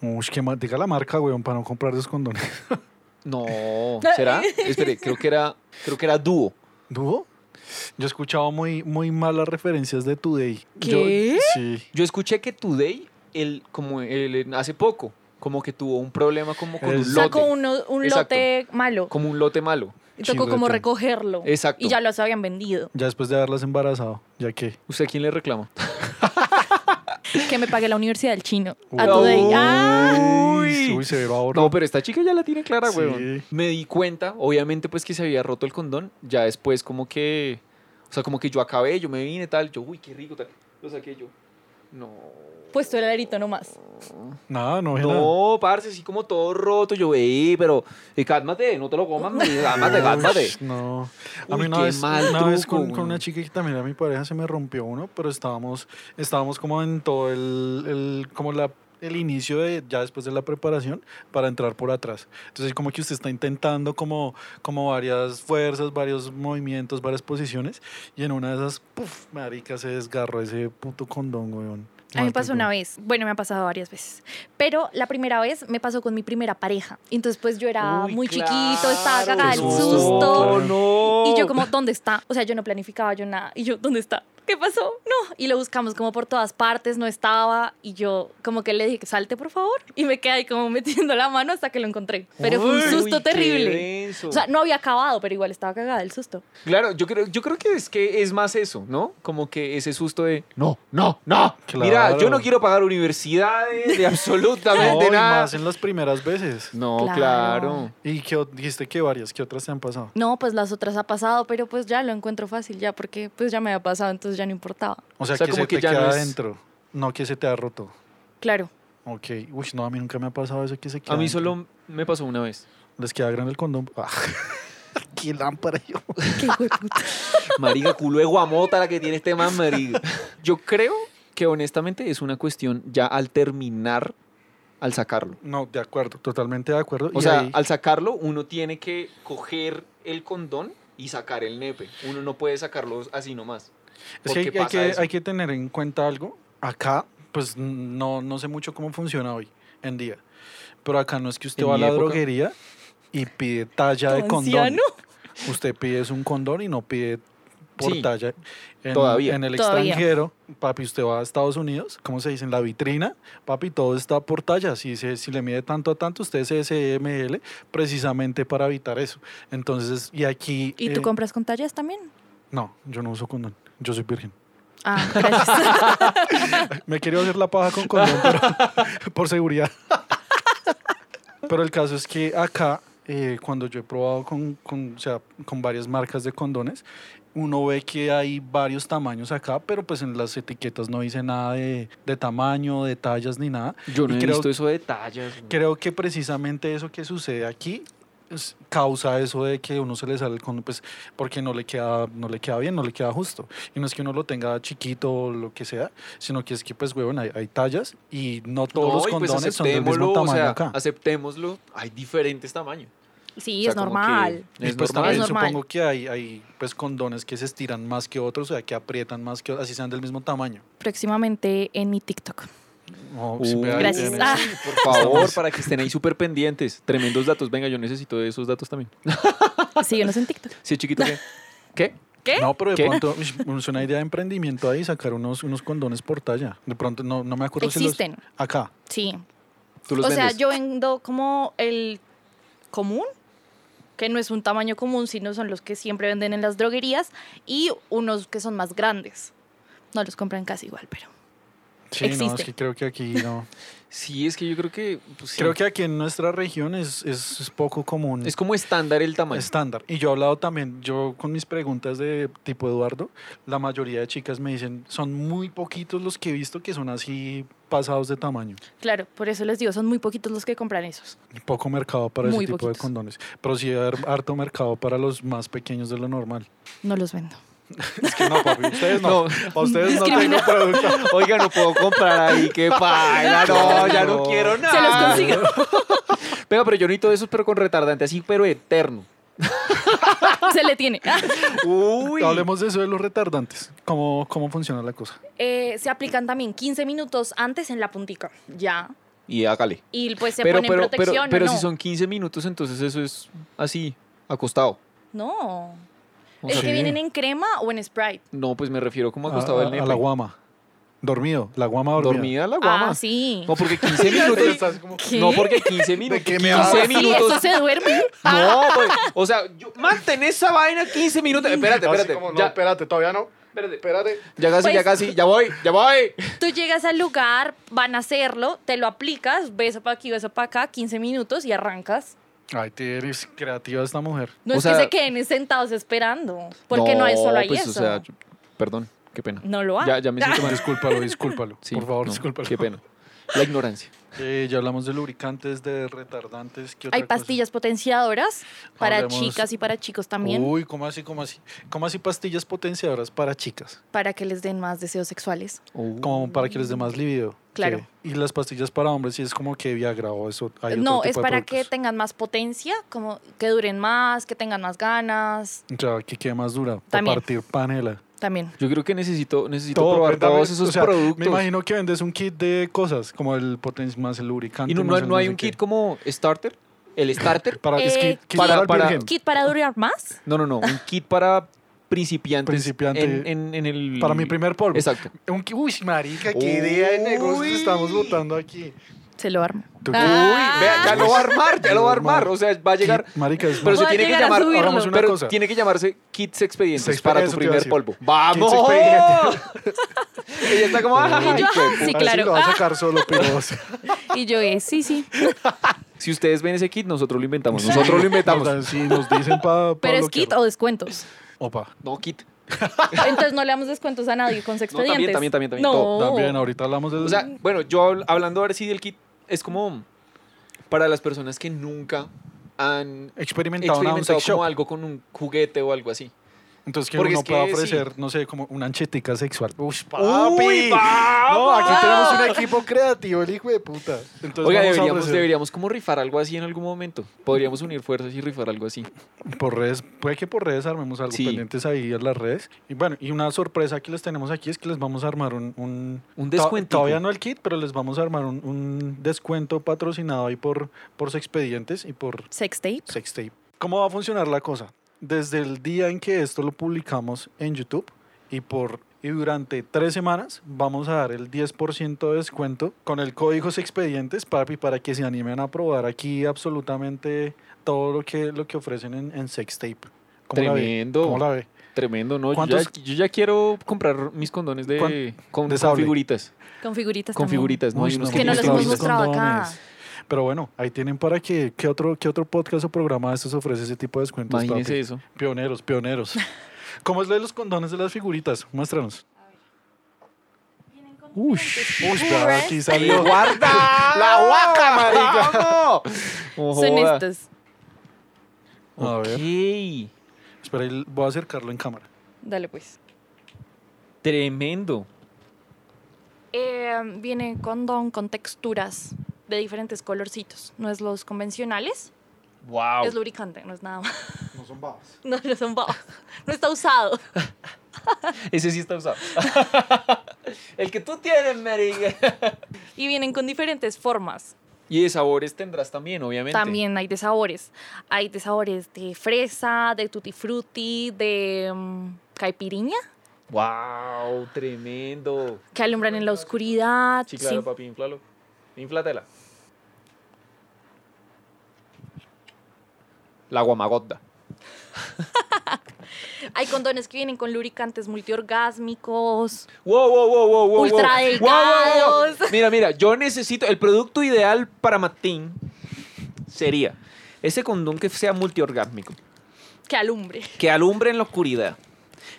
A: Uy, que ma- diga la marca, weón, para no comprar esos condones.
C: *laughs*
B: No, ¿será? Espere, creo que era, creo que era dúo.
A: ¿Dúo? Yo he escuchado muy, muy malas referencias de Today.
C: ¿Qué?
A: Yo, sí.
B: Yo escuché que Today, el, como el, hace poco, como que tuvo un problema como con un
A: Es-
B: lote.
C: Sacó uno- un
B: Exacto.
C: lote malo.
B: Como un lote malo.
C: Y tocó como
A: Chirrete.
C: recogerlo.
B: Exacto.
C: Y ya los habían vendido.
A: Ya después de haberlas embarazado, ya que.
B: ¿Usted quién le reclama?
C: Que me pagué la universidad del chino. A
B: Uy.
C: Today. ¡Ah!
A: Uy, uy, severo ahorro.
B: No, pero esta chica ya la tiene clara,
A: Sí.
B: weón. Me di cuenta, obviamente, pues que se había roto el condón. Ya después, como que. O sea, como que yo acabé, yo me vine tal. Yo, uy, qué rico tal. Lo saqué yo. No.
C: Puesto el arito nomás.
B: Ah.
A: No, no, no.
B: No, parce, así como todo roto. Yo, eh, pero. eh, cálmate, no te lo comas, man, *laughs* cálmate, cálmate.
A: No. A
B: Uy,
A: mí una
B: qué
A: vez,
B: mal
A: una vez
B: truco,
A: con, con
B: weón.
A: una chica que también era mi pareja se me rompió uno, pero estábamos, estábamos como en todo el, el- como la el inicio de ya después de la preparación para entrar por atrás. Entonces como que usted está intentando como como varias fuerzas, varios movimientos, varias posiciones y en una de esas puf, marica se desgarró ese puto condón, weón.
C: A mí me pasó
A: Maldito.
C: una vez. Bueno, me ha pasado varias veces. Pero la primera vez me pasó con mi primera pareja. Entonces, pues yo era
B: Uy,
C: muy
B: claro,
C: chiquito, estaba cagada del
A: qué
C: susto.
A: susto.
B: No,
C: Y yo como, ¿dónde está? O sea, yo no planificaba yo nada. Y yo, ¿dónde está? ¿Qué pasó? No. Y lo buscamos como por todas partes, no estaba. Y yo como que le dije, salte por favor. Y me quedé ahí como *laughs* metiendo la mano hasta que lo encontré. Pero fue un
B: Uy,
C: susto
B: qué
C: terrible.
B: denso.
C: O sea, no había acabado, pero igual estaba cagada del susto.
B: Claro, yo creo, yo creo que es que es más eso, ¿no? Como que ese susto de no, no, no. Mira,
A: Claro.
B: yo no quiero pagar universidades *laughs* de
A: No,
B: absolutamente
A: y
B: nada.
A: más en las primeras veces.
B: No,
C: Claro.
B: claro.
A: Y que dijiste que varias, que otras te han pasado.
C: No, pues las otras ha pasado, pero pues ya lo encuentro fácil ya, porque pues ya me había pasado, entonces ya no importaba.
A: O sea,
B: O sea,
A: que
B: como
A: se
B: que
A: te
B: ya no
A: queda
B: es-
A: adentro. No que se te ha roto.
C: Claro.
A: Ok. Uy, no, a mí nunca me ha pasado eso que se queda.
B: A mí
A: adentro.
B: solo me pasó una vez.
A: Les queda grande el condón. Ah. ¡Qué lámpara yo!
C: Qué hueputa.
B: Marica, culo de guamota la que tiene este man, marica. *laughs* Yo creo que honestamente es una cuestión ya al terminar, al sacarlo.
A: No, de acuerdo, totalmente de acuerdo.
B: O
A: y
B: sea,
A: ahí-
B: al sacarlo uno tiene que coger el condón y sacar el nepe. Uno no puede sacarlo así nomás.
A: es que hay,
B: porque
A: hay
B: pasa
A: que,
B: eso.
A: hay que tener en cuenta algo. Acá, pues no, no sé mucho cómo funciona hoy en día. Pero acá no es que usted
B: En
A: va a
B: mi
A: la
B: época.
A: droguería y pide talla de
C: ¿Tu
A: condón.
C: anciano?
A: Usted pide es un condón y no pide por
B: Sí,
A: talla. En,
B: todavía.
A: En el
C: Todavía.
A: extranjero, papi, usted va a Estados Unidos, ¿cómo se dice? En la vitrina, papi, todo está por talla. Si, se- si le mide tanto a tanto, usted es SML precisamente para evitar eso. Entonces, y aquí...
C: ¿Y tú
A: eh,
C: compras con tallas también?
A: No, yo no uso condón. Yo soy virgen.
C: *laughs* Ah, gracias.
A: Me quería hacer la paja con condón, pero *laughs* por seguridad. Pero el caso es que acá, eh, cuando yo he probado con, con, o sea, con varias marcas de condones, uno ve que hay varios tamaños acá, pero pues en las etiquetas no dice nada de, de tamaño, de tallas ni nada.
B: Yo no
A: Y
B: he
A: creo-
B: visto eso de tallas. güey.
A: Creo que precisamente eso que sucede aquí es- causa eso de que uno se le sale el condón, pues porque no le queda no le queda bien, no le queda justo. Y no es que uno lo tenga chiquito o lo que sea, sino que es que pues huevón hay, hay tallas y no todos
B: No,
A: los
B: y pues
A: condones son del mismo
B: aceptémoslo,
A: tamaño
B: o sea,
A: acá.
B: Aceptémoslo, hay diferentes tamaños.
C: Sí,
B: O sea,
C: es
B: como que
C: normal.
A: Y
B: Es
A: pues
B: normal.
A: también
C: Es normal.
A: supongo que hay, hay pues condones que se estiran más que otros, o sea, que aprietan más que otros, así sean del mismo tamaño.
C: Próximamente en mi TikTok.
A: Oh,
B: Uh,
A: sí, vea, ahí
C: Gracias.
A: tienes.
C: Ah.
B: *laughs* Por favor, para que estén ahí súper pendientes. Tremendos datos. Venga, yo necesito de esos datos también.
C: Síguenos en TikTok.
B: Sí, chiquito, ¿qué? ¿Qué?
C: *laughs* ¿Qué?
A: No, pero de
B: ¿Qué?
A: pronto ush, es una idea de emprendimiento ahí, sacar unos, unos condones por talla. De pronto no, no me acuerdo si
C: Existen.
A: los... Acá.
C: Sí.
B: ¿Tú los
C: O sea,
B: vendes?
C: yo vendo como el común, que no es un tamaño común, sino son los que siempre venden en las droguerías y unos que son más grandes. No los compran casi igual, pero.
A: Sí, no, es
C: Existe.
A: que creo que aquí no.
B: Sí, es que yo creo que... pues, sí.
A: Creo que aquí en nuestra región es, es, es poco común.
B: Es como estándar el tamaño.
A: estándar. Y yo he hablado también, yo con mis preguntas de tipo Eduardo, la mayoría de chicas me dicen, son muy poquitos los que he visto que son así pasados de tamaño.
C: Claro, por eso les digo, son muy poquitos los que compran esos.
A: Poco mercado para
C: Muy
A: ese tipo de
C: poquitos.
A: condones. Pero sí hay harto mercado para los más pequeños de lo normal.
C: No los vendo. *laughs*
A: Es que no, papi, ustedes
B: *laughs*
A: no. A ustedes no tengo
C: Discriminado.
A: producto.
B: Oiga, no puedo comprar ahí,
C: *laughs*
B: qué paila, no, ya no quiero nada.
C: Se los consigo.
B: *laughs* Venga, pero yo necesito de esos, pero con retardante, así, pero eterno.
C: Se le *laughs* tiene.
B: Uy.
A: Hablemos de eso de los retardantes. ¿Cómo, cómo funciona la cosa?
C: Eh, se aplican también 15 minutos antes en la puntica. Ya.
B: Y hágale.
C: Y pues se
B: Pero,
C: ponen
B: pero, pero,
C: protección. ¿o
B: pero
C: no?
B: si son 15 minutos, entonces eso es así, acostado.
C: No.
B: O
C: Es
A: sea,
C: que
A: sí.
C: vienen en crema o en Sprite.
B: No, pues me refiero como
A: A-
B: acostado
A: a-
B: el nepe.
A: a la guama. Dormido, la guama dormida.
B: Dormida la guama.
C: Ah, *laughs* sí.
B: No, porque 15 minutos.
A: Estás como-
C: ¿Qué? Ah,
B: No, porque 15
A: ¿De
B: minutos.
A: qué me
B: 15
A: hablas?
C: ¿Sí,
B: minutos.
C: ¿Eso se duerme?
B: No, pues, o sea, yo, mantén esa vaina 15 minutos.
A: Así
B: Espérate, espérate.
A: como, no,
B: ya,
A: espérate, todavía no.
B: espérate.
A: Espérate.
B: Ya casi, ya
C: Pues-
B: casi, ya voy, ya voy.
C: Tú llegas al lugar, van a hacerlo, te lo aplicas, beso para aquí, beso para acá, 15 minutos y arrancas.
A: Ay, eres creativa esta mujer.
C: No
B: O
C: es
B: sea-
C: que se queden sentados esperando, porque no, hay solo hay
B: pues,
C: eso.
B: O sea, yo- perdón, qué pena.
C: no lo hay.
B: Ya, ya me siento mal.
A: Discúlpalo, discúlpalo.
B: Sí,
A: Por favor,
B: no,
A: discúlpalo.
B: Qué pena. La ignorancia.
A: Eh, ya hablamos de lubricantes, de retardantes. ¿qué otra
C: *laughs* hay
A: cosa?
C: pastillas potenciadoras para
A: Hablemos-
C: chicas y para chicos también,
B: Uh.
A: Uy, ¿cómo así, cómo así? ¿Cómo así pastillas potenciadoras para chicas?
C: para que les den más deseos sexuales.
A: Como para que les dé más libido.
C: Claro.
A: Sí. Y las pastillas para hombres, sí es como que Viagra o eso. hay otro
C: No,
A: tipo
C: es
A: de
C: para que
A: productos.
C: tengan más potencia, como que duren más, que tengan más ganas,
A: O sea, que quede más dura. Para
C: También.
A: partir panela.
C: también.
B: Yo creo que necesito, necesito
A: Todo,
B: probar
A: véndame,
B: todos pues, esos
A: o sea, Me
B: productos.
A: imagino que vendes un kit de cosas, como el potencial más el lubricante.
B: Y no, no,
A: más
B: hay-
A: el
B: no hay
A: sé
B: un
A: qué.
B: kit como starter. El starter.
A: Para, es
C: Eh,
A: kit, kit
B: para-
A: para,
B: para-
A: virgen.
C: ¿Kit para durar más?
B: No, no, no. Un kit para principiantes.
A: Principiante.
B: En, en- en el...
A: Para mi primer polvo.
B: Exacto.
A: Un ki- uy, marica, qué idea de negocio
B: Uy.
A: estamos votando aquí.
C: Se lo armo.
A: Tú-
C: Ah.
B: Uy, vea, ya lo va a armar, ya lo va a armar. O sea, va a llegar.
A: Kit, marica, es
B: Pero
A: más-
B: se
C: Voy a
B: tiene que
C: llegar a
B: llamar.
C: subirlo.
A: Hagamos una
B: pero
A: cosa.
B: tiene que llamarse Kits Expedientes
A: Sexpedi-
B: para tu
A: eso te iba a
B: primer
A: decir.
B: polvo.
A: Kits
B: ¡Vamos! *laughs* Ella está como. "Ay,
C: Y
B: qué
C: yo, "Ah,
B: puta".
C: sí,
A: Ahora
C: claro.
A: lo va a sacar solo,
C: *laughs*
A: pero...
C: Y yo, eh,
B: *laughs*
C: sí, sí.
B: Si ustedes ven ese kit, nosotros lo inventamos. Nosotros lo inventamos.
A: Si nos dicen para...
C: Pero es kit o descuentos.
A: Opa.
B: No, kit.
C: Entonces no le damos descuentos a nadie
B: también,
C: con sexpedientes.
B: también, también, también,
C: No.
B: todo.
A: También, ahorita hablamos de...
B: O sea, bueno, yo habl- hablando ahora sí del kit, es como para las personas que nunca han
A: experimentado, una un
B: experimentado
A: sex
B: como
A: shop.
B: algo con un juguete o algo así.
A: Entonces que
B: Porque
A: uno
B: es que
A: pueda
B: sí.
A: ofrecer, no sé, como una anchetica sexual. Uy, Ah.
B: ¡Uy,
A: No,
B: vamos!
A: aquí tenemos un equipo creativo, el hijo de puta. Entonces
B: Oiga,
A: vamos a
B: deberíamos,
A: ofrecer-
B: deberíamos como rifar algo así en algún momento. Podríamos unir fuerzas y rifar algo así.
A: Por redes, puede que por redes armemos algo
B: Sí.
A: pendientes ahí en las redes. Y bueno, y una sorpresa que les tenemos aquí es que les vamos a armar un... Un,
B: Un
A: to-
B: descuentico.
A: Todavía no el kit, pero les vamos a armar un, un descuento patrocinado ahí por, por Sexpedientes y por
C: Sextape.
A: Sextape. ¿Cómo va a funcionar la cosa? Desde el día en que esto lo publicamos en YouTube y por y durante tres semanas vamos a dar el 10% de descuento con el código Expedientes, papi, para que se animen a probar aquí absolutamente todo lo que, lo que ofrecen en, en Sextape. ¿Cómo la ve?
B: Tremendo.
A: ¿Cómo la ve?
B: Tremendo, ¿no? Yo ya,
A: ¿Cuántos-
B: yo ya quiero comprar mis condones de,
A: ¿Cuán-
B: con,
A: de
B: con
A: sable?
B: figuritas.
C: Con figuritas
B: Con
C: también.
B: figuritas, ¿no?
A: Uy,
B: Hay unos
A: no,
C: que no
B: tienen
C: los hemos
B: figuritas.
C: mostrado acá.
A: condones. Pero bueno, ahí tienen para que, ¿qué otro, qué otro podcast o programa de estos ofrece ese tipo de descuentos,
B: Imagínense
A: papi?
B: eso.
A: Pioneros, pioneros. ¿Cómo es lo de los condones de las figuritas? Muéstranos. Uy, aquí salió.
B: ¡Guarda!
A: ¡La guaca, marica!
C: Son estas.
A: A ver,
B: Ok.
A: espera, ahí voy a acercarlo en cámara.
C: Dale pues.
B: Tremendo.
C: Eh, viene condón con texturas de diferentes colorcitos. No es los convencionales.
B: Wow.
C: Es lubricante, no es nada más.
A: No son babas.
C: No, no son babas. No está usado.
B: Ese sí está usado. *laughs* El que tú tienes, marica.
C: Y vienen con diferentes formas.
B: Y de sabores tendrás también, obviamente.
C: También hay de sabores. Hay de sabores de fresa, de tutti frutti, de mm, caipiriña,
B: Wow, tremendo.
C: que alumbran en la oscuridad.
B: Sí, claro,
C: sí.
B: papi, inflalo. Inflatela. La guamagota.
C: Hay condones que vienen con lubricantes multiorgásmicos.
B: Wow, wow, wow, wow, wow.
C: Ultra
B: wow.
C: delgados.
B: Mira, mira, yo necesito. El producto ideal para Martín sería ese condón que sea multiorgásmico,
C: Que alumbre.
B: que alumbre en la oscuridad,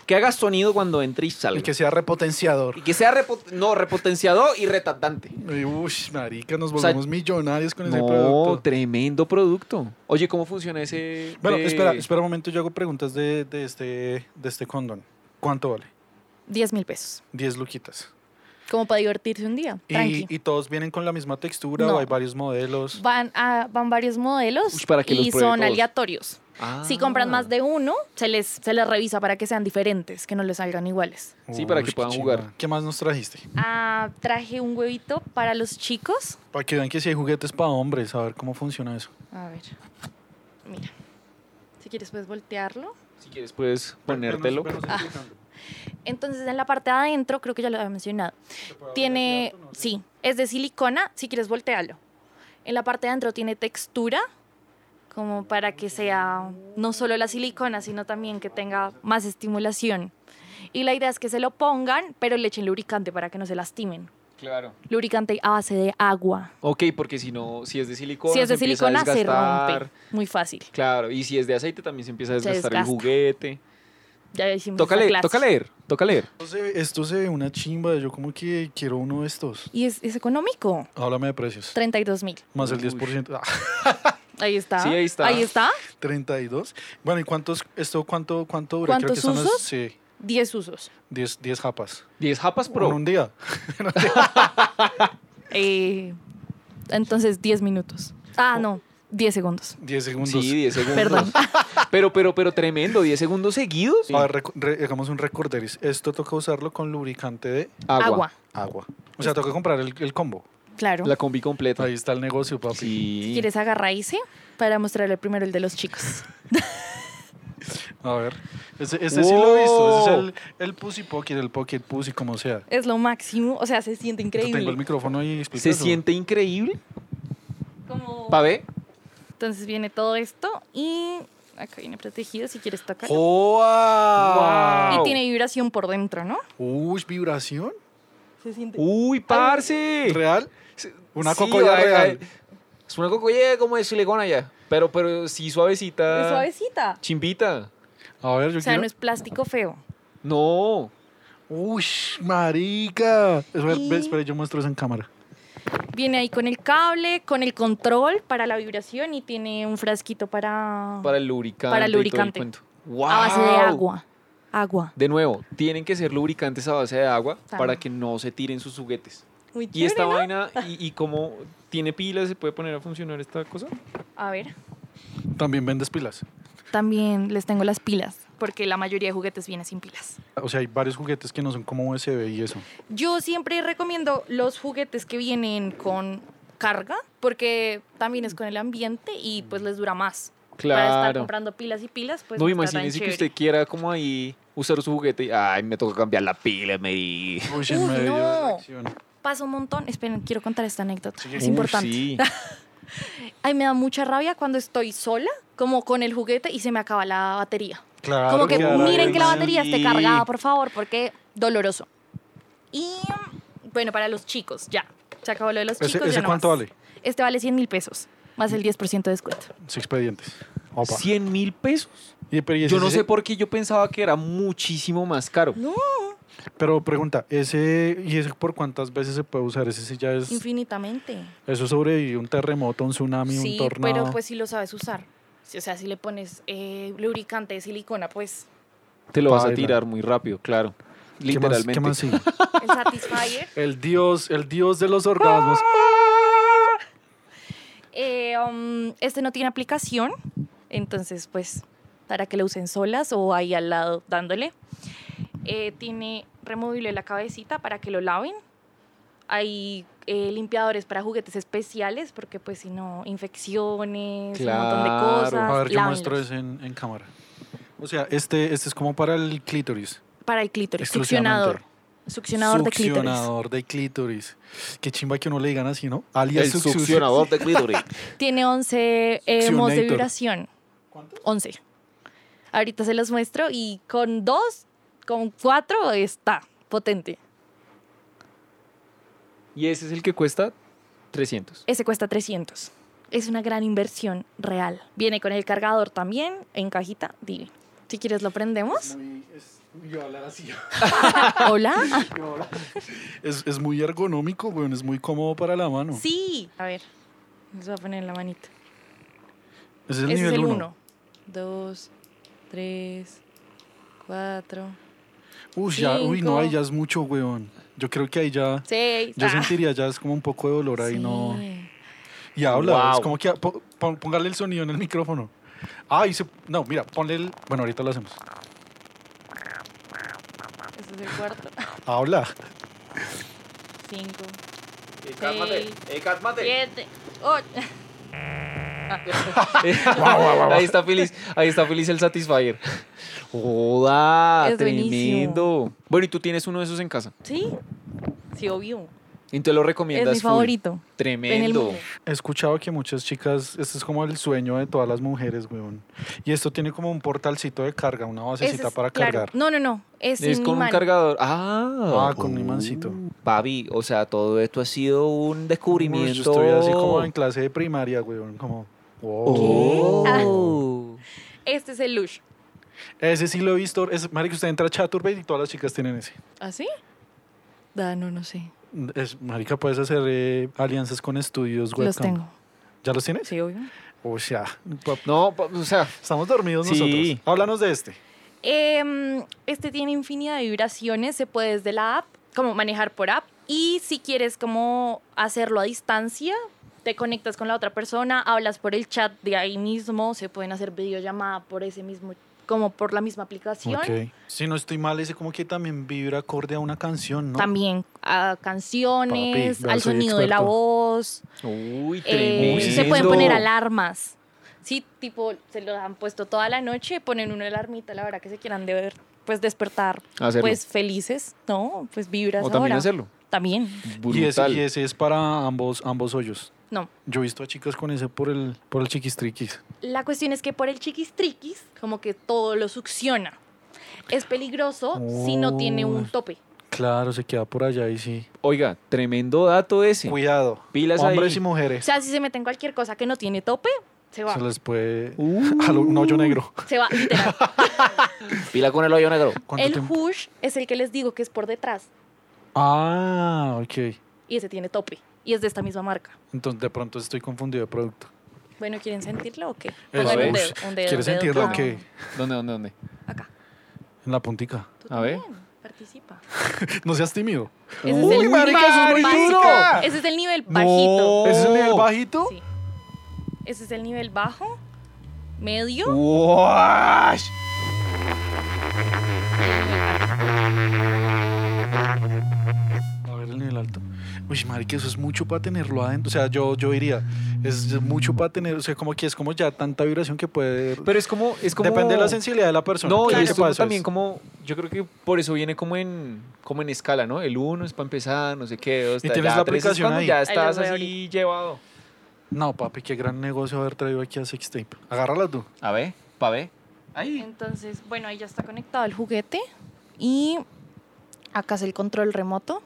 B: que haga sonido cuando entre y salga.
A: El que sea repotenciador.
B: Y que sea repo- no, repotenciador y retardante.
A: Uy, marica, nos
B: O sea,
A: volvemos millonarios con ese
B: no,
A: producto.
B: tremendo producto. Oye, ¿cómo funciona ese?
A: Bueno,
B: de-
A: espera, espera un momento, yo hago preguntas de, de este, de este condón. ¿Cuánto vale?
C: 10 mil pesos.
A: 10 luquitas.
C: Como para divertirse un día. Tranqui.
A: Y, y todos vienen con la misma textura
C: No.
A: o hay varios modelos.
C: Van, a- van varios modelos
B: Ush, para que los
C: y
B: pruebe
C: son
B: todos.
C: aleatorios.
B: Ah.
C: Si compran más de uno, se les, se les revisa para que sean diferentes, que no les salgan iguales.
B: Sí, para
A: Uy,
B: que puedan
A: qué
B: jugar.
A: chimba. ¿Qué más nos trajiste?
C: Ah, traje un huevito para los chicos.
A: Para que vean que si hay juguetes para hombres, a ver cómo funciona eso.
C: A ver. Mira. Si quieres, puedes voltearlo.
B: Si quieres, puedes ponértelo.
C: Ah. Entonces, en la parte de adentro, creo que ya lo había mencionado, tiene, sí, es de silicona, si quieres voltearlo. En la parte de adentro tiene textura, como para que sea no solo la silicona, sino también que tenga más estimulación. Y la idea es que se lo pongan, pero le echen lubricante para que no se lastimen.
B: Claro.
C: Lubricante a base de agua.
B: Ok, porque si no, si es de silicona,
C: Si es de
B: se empieza a
C: silicona, se
B: desgastar.
C: rompe. Muy fácil.
B: Claro, y si es de aceite también se empieza a
C: Se
B: desgastar el
C: desgasta.
B: juguete.
C: Ya hicimos
B: Toca
C: esa
B: leer,
C: clase.
B: toca leer, toca leer.
A: Esto se, ve- esto se ve una chimba. Yo como que quiero uno de estos.
C: Y es, es económico.
A: Háblame de precios.
C: 32 mil.
A: Más el
B: Uy.
A: 10%. *laughs* Ah,
C: Ahí está.
B: Sí, ahí está.
C: Ahí está.
A: 32. Bueno, ¿y cuántos, esto cuánto, cuánto dura?
C: ¿Cuántos
A: Creo que son las-
C: usos?
A: sí,
C: 10 usos.
A: 10, 10 japas.
B: 10 japas
A: Por
B: pro.
A: un día.
C: Eh, entonces, 10 minutos. Ah, no. 10 segundos.
A: 10 segundos.
B: Sí, 10 segundos.
C: Perdón.
B: *laughs* Pero, pero, pero tremendo, 10 segundos seguidos.
A: A ver, recu- re- hagamos un recorderis. Esto toca usarlo con lubricante de
B: Agua.
A: agua. O sea, toca comprar el, el combo.
C: Claro.
B: La combi completa.
A: Ahí está el negocio, papi.
B: Sí.
C: ¿Quieres agarrar ese? Para mostrarle primero el de los chicos.
A: A ver. Ese, ese sí lo he visto. Ese es
B: Wow.
A: el, el pussy pocket, el pocket pussy, como sea.
C: Es lo máximo. O sea, se siente
A: Yo tengo el
C: increíble.
A: micrófono ahí
B: ¿Se
A: explicando.
B: siente increíble?
C: Como-
B: ¿Pa' ver?
C: Entonces viene todo esto y acá viene protegido si quieres tocarlo.
B: ¡Wow!
C: Y tiene vibración por dentro, ¿no?
A: Uy, vibración.
C: Se siente.
B: ¡Uy, parce!
A: ¿Real? Una
B: Sí,
A: cocoya
B: ay,
A: real.
B: ay. Es una cocoya como de silicona ya. Pero, pero sí suavecita.
C: Es suavecita.
B: Chimbita.
A: A ver, yo
C: O sea,
A: quiero.
C: no es plástico feo.
B: No.
A: Uy, marica. Eso, ve-
C: Y-
A: ve, espera, yo muestro eso en cámara.
C: Viene ahí con el cable, con el control para la vibración y tiene un frasquito para,
B: Para el lubricante. y
C: Para el
B: todo
C: lubricante.
B: cuento. ¡Wow!
C: a base de agua. Agua.
B: De nuevo, tienen que ser lubricantes a base de agua
C: También.
B: para que no se tiren sus juguetes.
C: Muy
B: Y esta
C: chévere, ¿no?
B: vaina, y, y como tiene pilas, se puede poner a funcionar esta cosa.
C: A ver.
A: También vendes pilas.
C: También les tengo las pilas, porque la mayoría de juguetes viene sin pilas.
A: O sea, hay varios juguetes que no son como USB y eso.
C: Yo siempre recomiendo los juguetes que vienen con carga, porque también es con el ambiente y pues les dura más. Para estar
B: Claro.
C: comprando pilas y pilas, pues
B: no,
C: está tan
B: imagínese que
C: chévere.
B: usted quiera como ahí usar su juguete y, ay, me toca cambiar la pila, me di.
A: Uy,
C: Uy,
A: en medio de la
C: no.
A: acción.
C: Pasa un montón. Esperen, quiero contar esta anécdota.
A: Sí,
C: es
B: Uy,
C: importante. *laughs*
B: sí.
C: Ay, me da mucha rabia cuando estoy sola, como con el juguete y se me acaba la batería.
A: Claro.
C: como que
A: quedará
C: miren que la
A: bien.
C: batería esté
B: Sí.
C: cargada, por favor, porque doloroso. Y bueno, para los chicos, ya. Se acabó lo de los
A: ¿Ese,
C: chicos. ya
A: ese
C: no
A: cuánto
C: más.
A: vale?
C: Este vale 100 mil pesos, más el 10% de descuento.
A: Seis expedientes. Opa.
B: 100 mil pesos.
A: Y- pero, y ese-
B: Yo no
A: ese-
B: sé por qué yo pensaba que era muchísimo más caro.
A: pero pregunta, ¿ese y ese por cuántas veces se puede usar? Ese sí ya es.
C: Infinitamente.
A: Eso sobrevive un terremoto, un tsunami,
C: Sí,
A: un tornado.
C: pero pues si lo sabes usar. Sí, O sea, si le pones eh, lubricante de silicona, pues
B: Te lo vas a
A: Paila.
B: tirar muy rápido, claro.
A: ¿Qué más-
B: Literalmente.
A: ¿Qué más, sigue?
C: el Satisfyer.
A: El dios, el dios de los
C: ¡Ah!
A: orgasmos.
C: Eh, um, este no tiene aplicación, entonces pues para que lo usen solas o ahí al lado dándole. Eh, tiene removible la cabecita para que lo laven. Hay eh, limpiadores para juguetes especiales porque pues si no, infecciones, un montón de
B: Claro.
C: cosas.
B: A
A: A ver, yo
C: lávenlos.
A: muestro eso en, en cámara. O sea, este, este es como para el clítoris.
C: Para el clítoris,
A: exclusivamente.
C: succionador. Succionador de clítoris.
A: Succionador de clítoris. Qué chimba que uno le digan así, ¿no? Alias
B: El
A: succion-
B: succionador de clítoris.
C: Tiene 11 eh, mos de
A: Succionator.
C: vibración. ¿Cuánto? 11. Ahorita se los muestro y con dos, con cuatro está potente.
B: *laughs* y ese es el que cuesta 300.
C: Ese cuesta 300. Es una gran inversión real. Viene con el cargador también en cajita. Dime. Si quieres lo
A: *laughs*
C: prendemos. Hola. Ah,
A: Es, es muy ergonómico, weón. Es muy cómodo para la mano.
C: Sí. A ver. Les voy a poner en la manita.
A: Ese es el
C: Ese es
A: nivel
C: el
A: 1.
C: 1. 2, 3, 4,
A: Uy, ya, uy,
C: Cinco. ah.
A: no, ahí ya es mucho, weón. Yo creo que ahí ya.
C: 6.
A: Yo sentiría ya es como un poco de dolor ahí, no. Y habla,
B: Wow.
A: es como que po- pon- póngale el sonido en el micrófono. Ah, y se, no, mira, ponle el. Bueno, ahorita lo hacemos.
C: Ese es el cuarto. *laughs*
A: Habla.
C: 5,
D: cálmate,
C: Seis.
D: eh,
B: *laughs*
D: cálmate.
C: 7, 8.
B: ahí está feliz, ahí está feliz el Satisfyer. Joda,
C: Es buenísimo.
B: tremendo. Bueno, y tú tienes uno de esos en casa.
C: Sí, sí, obvio.
B: Entonces lo
C: Es
B: recomiendas.
C: mi
B: full.
C: favorito. En el
B: Tremendo.
C: mundo.
A: He escuchado que muchas chicas, este es como el sueño de todas las mujeres, weón. Y esto tiene como un portalcito de carga, una
C: Ese
A: basecita
C: es-
A: para
C: claro.
A: cargar.
C: No, no, no. Es,
B: Es
C: sin
B: con un
C: imán.
B: cargador. Ah, Uh,
A: Ah, con un imancito.
D: Papi, o sea, todo esto ha sido un descubrimiento.
A: Uy, Yo estoy así como en clase de primaria, weón. Como,
D: Oh.
C: Este es el Lush.
A: Ese sí lo he visto. Es, marica, usted entra a Chaturbate y todas las chicas tienen ese.
C: ¿Ah, sí? Da, no, no sé.
A: Es, marica, puedes hacer eh, alianzas con estudios, webcam.
C: Los tengo.
A: ¿Ya los tienes?
C: Sí, obvio.
A: O sea, pa-
B: No, pa- o sea,
A: estamos dormidos
B: Sí.
A: nosotros. Háblanos de este.
C: Em, este tiene infinidad de vibraciones, se puede desde la app, como manejar por app. Y si quieres como hacerlo a distancia, te conectas con la otra persona, hablas por el chat de ahí mismo, se pueden hacer videollamada por ese mismo, como por la misma aplicación.
A: Ok. Si no estoy mal, ese como que también vibra acorde a una canción, ¿no?
C: También a canciones,
A: Papi, vea,
C: al
A: soy
C: sonido de la
A: experto.
C: voz.
B: uy,
C: eh,
B: tremendo.
C: se pueden poner alarmas. Sí, tipo, se lo han puesto toda la noche, ponen una alarmita, la verdad que se quieran de ver, pues despertar
B: Hacerlo.
C: pues felices, ¿no? Pues vibras
B: o
C: ahora.
B: también hacerlo.
C: También.
A: Y ese,
B: Brutal.
A: y ese es para ambos, ambos hoyos.
C: No.
A: Yo he visto a chicas con ese por el, por el chiquistriquis.
C: La cuestión es que por el chiquistriquis, como que todo lo succiona. Es peligroso si no tiene un
A: Uy.
C: tope.
A: Claro, se queda por allá y sí.
B: Oiga, tremendo dato ese.
A: Cuidado.
B: Pilas
A: Hombres
B: ahí.
A: y
C: O
A: mujeres.
C: sea, si se mete en cualquier cosa que no tiene tope, se va.
A: Se les puede.
B: Uh.
A: a lo- un hoyo negro.
C: Se va, literal.
D: Pila con el hoyo negro.
A: *laughs* ¿Cuánto
C: El
A: tiempo?
C: hush es el que les digo que es por detrás
A: Ah, ok.
C: y ese tiene tope y es de esta misma marca.
A: Entonces, de pronto estoy confundido de producto.
C: Bueno, ¿quieren sentirlo o qué?
A: El
C: Pongan un
A: hush.
C: dedo, un dedo,
A: ¿Quieres
C: un dedo
A: sentirlo o
C: acá.
A: qué?
B: ¿Dónde, dónde, dónde?
C: Acá.
A: En la puntica.
C: Tú
B: A ver.
C: también, Participa.
A: No seas tímido.
C: Ese
B: Uy,
C: es el
B: marica, eso es
C: nivel
B: muy
C: básico.
B: duro.
C: Ese es el nivel
B: No.
C: bajito.
A: ¿Ese es el
D: Oh.
A: nivel bajito?
C: Sí. Ese es el nivel bajo, medio.
B: Uash.
A: A ver, el nivel alto. Uy, marica, eso es mucho para tenerlo adentro. O sea, yo, yo diría, es mucho para tener. O sea, como que es como ya tanta vibración que puede.
C: Pues,
B: Pero es como, es como.
A: Depende de la sensibilidad de la persona.
B: No,
A: Claro
B: y
A: que
B: esto
A: para eso
B: también
A: es.
B: como, yo creo que por eso viene como en, como en escala, ¿no? El uno es para empezar, no sé qué, dos,
A: Y
B: ta-
A: tienes
B: ya
A: la
B: tres es
A: aplicación
B: cuando
A: ahí.
B: Ya
C: Ahí las
B: estás
C: voy a
B: así
C: abrir.
B: llevado.
A: No, papi, qué gran negocio haber traído aquí a Sextape. Agárrala tú.
B: A ver, pa' ver. Ahí.
C: Entonces, bueno, ahí ya está conectado el juguete y acá es el control remoto.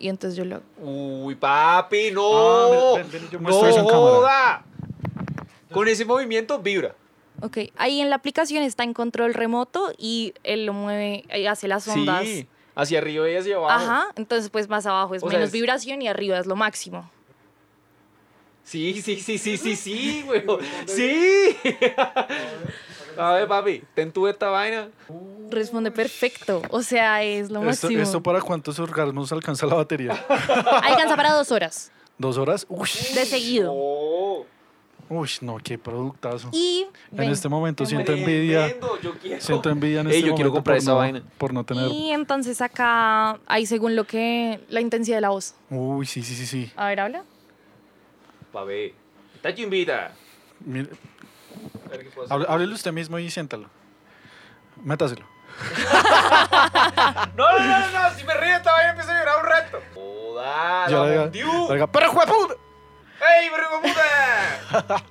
C: Y entonces yo lo...
B: Uy, papi, no.
A: Ah, ven, ven, ven, yo
B: no
A: muestro eso en cámara.
B: joda. Con ese movimiento vibra.
C: Ok, ahí en la aplicación está en control remoto y él lo mueve, eh, hace las ondas.
B: Sí, hacia arriba y hacia abajo.
C: Ajá, entonces pues más abajo es
B: O sea,
C: menos
B: es-
C: vibración y arriba es lo máximo.
B: Sí, sí, sí, sí, sí,
C: *laughs*
B: sí, güey. Sí. *laughs* A ver, papi, ten tu esta vaina.
C: Responde perfecto, o sea, es lo
A: ¿Esto,
C: máximo.
A: esto para cuántos orgasmos alcanza la
C: *laughs*
A: batería?
C: Alcanza para dos horas
A: ¿Dos horas? Uy,
C: de seguido.
B: Oh,
A: uy no, qué productazo.
C: Y... ven.
A: en este momento
C: me
A: siento
C: muero.
A: envidia.
B: tremendo, yo quiero.
A: Siento envidia en
B: Ey,
A: este
B: yo quiero
A: momento
B: comprar
A: por
B: esa
A: no-
B: vaina.
A: Por no tener.
C: Y entonces acá hay según lo que la intensidad de la voz.
A: Uy, sí, sí, sí, sí.
C: A ver, habla.
B: Pa' ver. Está chimbita.
A: Mire, hable- háblele usted mismo y siéntalo. Métaselo.
B: No, no, no, no, si me río esta vaina empiezo a llorar un rato. Joda,
A: Ya la
B: la
A: diga-
C: Uh.
B: mondiú.
A: Oiga, ¡Pero jueputa!
B: ¡Ey, perro
A: *laughs*
B: puta!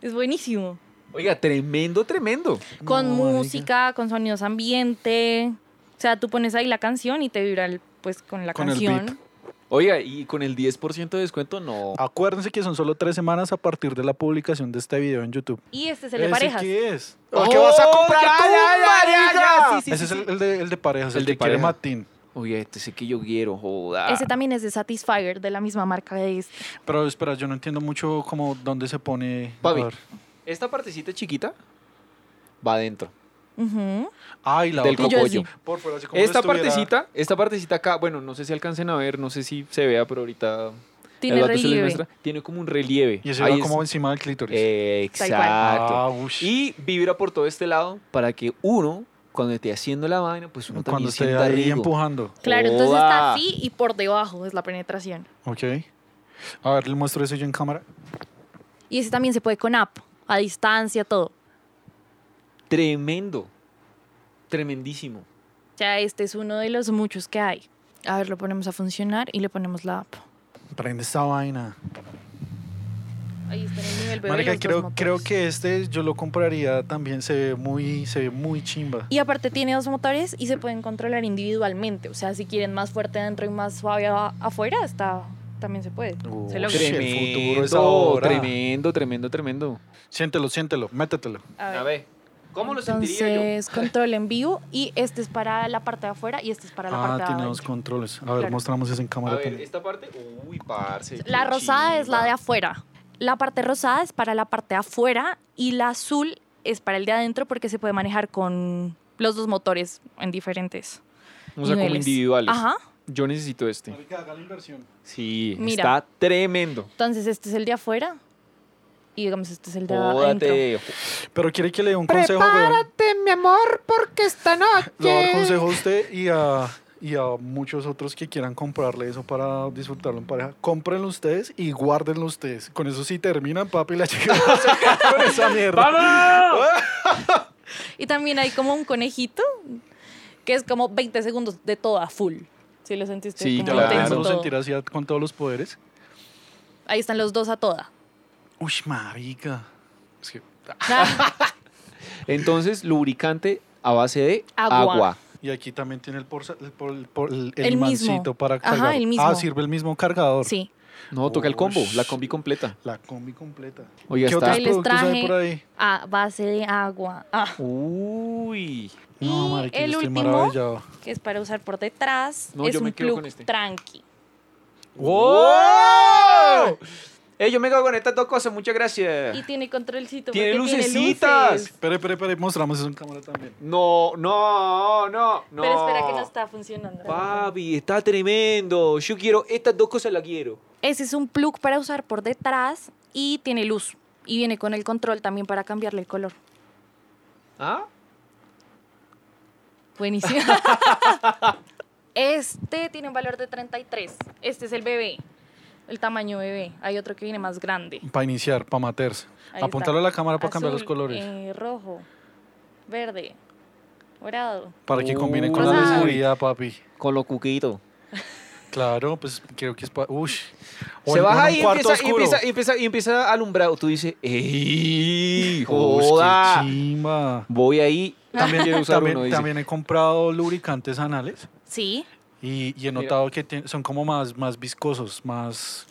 C: Es buenísimo.
B: Oiga, tremendo, tremendo.
C: Con
A: No, marica.
C: música, con sonidos ambiente. O sea, tú pones ahí la canción y te vibra el- pues con la
A: Con el
C: canción.
A: beat.
B: Oiga, y con el 10% de descuento, no.
A: Acuérdense que son solo tres semanas a partir de la publicación de este video en YouTube.
C: Y este es el de
A: ¿Ese
C: parejas.
A: qué es?
B: ¿Por qué vas
A: ¡Oh,
B: a comprar tú, marica?
A: Ese es el, el de, el de parejas, el,
B: El de
A: que quiere
B: pareja.
A: Matín.
B: Oiga, este sé que yo quiero, joda.
C: Ese también es de Satisfyer, de la misma marca de este.
A: Pero espera, yo no entiendo mucho cómo dónde se pone. a
B: Papi.
A: ver.
B: Esta partecita chiquita va adentro.
C: Ujú.
A: Ay, la
B: Del
A: otra.
C: Y yo
B: cogollo.
C: sí.
A: Por fuera, así como
B: Esta
A: estuviera-
B: partecita, esta partecita acá, bueno, no sé si alcancen a ver, no sé si se vea, pero ahorita
C: Tiene
B: Eduardo se les
C: relieve.
B: muestra. Tiene como un relieve.
A: Y ese
B: Ahí
A: va
B: es-
A: como encima del clítoris.
B: Eh,
C: Tal
B: Exacto.
C: cual.
A: ah, uy.
B: Y vibra por todo este lado para que uno, cuando esté haciendo la vaina, pues uno
A: Cuando
B: también
A: esté
B: sienta
A: ahí
B: rico.
A: empujando.
C: Claro, entonces está
B: Joda.
C: así y por debajo es la penetración.
A: Ok. A ver, le muestro eso yo en cámara.
C: Y ese también se puede con app, a distancia, todo.
B: Tremendo. Tremendísimo.
C: O sea, este es uno de los muchos que hay. A ver, lo ponemos a funcionar y le ponemos la app.
A: Prende esta vaina.
C: Ahí está en el nivel B.
A: Marica, creo, creo que este yo lo compraría también. Se ve muy, se ve muy chimba.
C: Y aparte tiene dos motores y se pueden controlar individualmente. O sea, si quieren más fuerte adentro y más suave a- afuera, está, también se puede.
A: Oh,
C: se logra.
A: sí. el futuro es
B: Tremendo,
A: ahora.
B: tremendo, tremendo, tremendo.
A: Siéntelo, siéntelo, métetelo.
C: A ver.
B: ¿cómo lo sentiría yo?
C: Entonces, control en vivo y este es para la parte de afuera y este es para la
A: Ah,
C: parte de
A: tiene dos
C: adentro.
A: controles. A ver,
C: Claro.
A: mostramos eso en
B: A
A: cámara.
B: ver,
A: también.
B: esta parte. Uy, parce.
C: La
B: qué
C: rosada es la
B: chimba.
C: de afuera. La parte rosada es para la parte de afuera y la azul es para el de adentro porque se puede manejar con los dos motores en diferentes.
B: O sea, como
C: niveles.
B: individuales.
C: Ajá.
B: Yo necesito este.
A: haga la inversión.
B: Sí,
C: Mira.
B: está tremendo.
C: Entonces, este es el de afuera y digamos, este es el de adentro.
B: Jódate.
A: Pero quiere que le dé un consejo, weón.
D: mi amor, porque esta noche.
A: Le voy a dar consejo a usted y a, y a muchos otros que quieran comprarle eso para disfrutarlo en pareja. Cómprenlo ustedes y guárdenlo ustedes. Con eso sí terminan, papi, la chica no
C: *laughs*
A: se queda con esa mierda.
C: Y también hay como un conejito que es como 20 segundos de todo a full. Si lo sentiste
B: Sí,
C: como
A: Ya lo
B: claro.
C: intenso
A: podemos
C: todo.
A: sentir así con todos los poderes.
C: Ahí están los dos a toda.
A: Uy, marica. Es que-
C: Ah,
B: Entonces, lubricante a base de
C: Agua.
B: agua.
A: y aquí también tiene el, porza- el, por- el por- el-
C: El mismo.
A: mancito para
C: Ajá,
A: cargar.
C: el mismo.
A: Ah, sirve el mismo cargador.
C: sí.
B: No, toca el combo,
A: Ush.
B: la combi completa.
A: La combi completa.
B: Oiga,
A: ¿Qué
B: está.
A: otros
C: Ahí les
A: productos hay
C: traje.
A: por ahí?
C: A base de agua. Ah,
B: Uy.
A: No,
C: Y
A: marica, yo
C: el
A: estoy
C: último.
A: maravillado.
C: que es para usar por detrás.
B: No,
C: es
B: yo me
C: un
B: quedo
C: plug
B: con este.
C: tranqui.
B: ¡Wow! Eh, yo me quedo con estas dos cosas, muchas gracias.
C: Y tiene controlcito.
B: Tiene
C: porque
B: lucecitas.
C: luces.
A: Espere, espere, espere, mostramos eso en cámara también.
B: No, no, no, no.
C: Pero espera que no está funcionando.
B: Papi, está tremendo. Yo quiero, estas dos cosas las quiero.
C: Ese es un plug para usar por detrás y tiene luz. Y viene con el control también para cambiarle el color.
B: ¿Ah?
C: Buenísimo. este tiene un valor de 33. Este es el bebé. El tamaño bebé. Hay otro que viene más grande.
A: Para iniciar, para matarse.
C: Ahí
A: Apuntarlo a
C: está.
A: la cámara para cambiar los
C: Azul,
A: colores.
C: eh, rojo. Verde. Morado.
A: Para que combine con la
C: Rosado.
A: seguridad, papi.
D: Con lo cuquito.
A: Claro, pues creo que es para. Uy. O
B: Se
A: en- o en un
B: baja ahí y
A: cuarto
B: empieza, y
A: oscuro.
B: empieza, y empieza, y empieza a alumbrar. Tú dices, ¡Ey!
A: Uy, qué
B: ¡Joda!
A: chimba.
B: Voy ahí.
A: También,
B: *laughs* Quiero usar
A: también-
B: uno, dice.
A: también he comprado lubricantes anales
C: Sí.
A: y, y he notado que tien- son como más, más viscosos, más.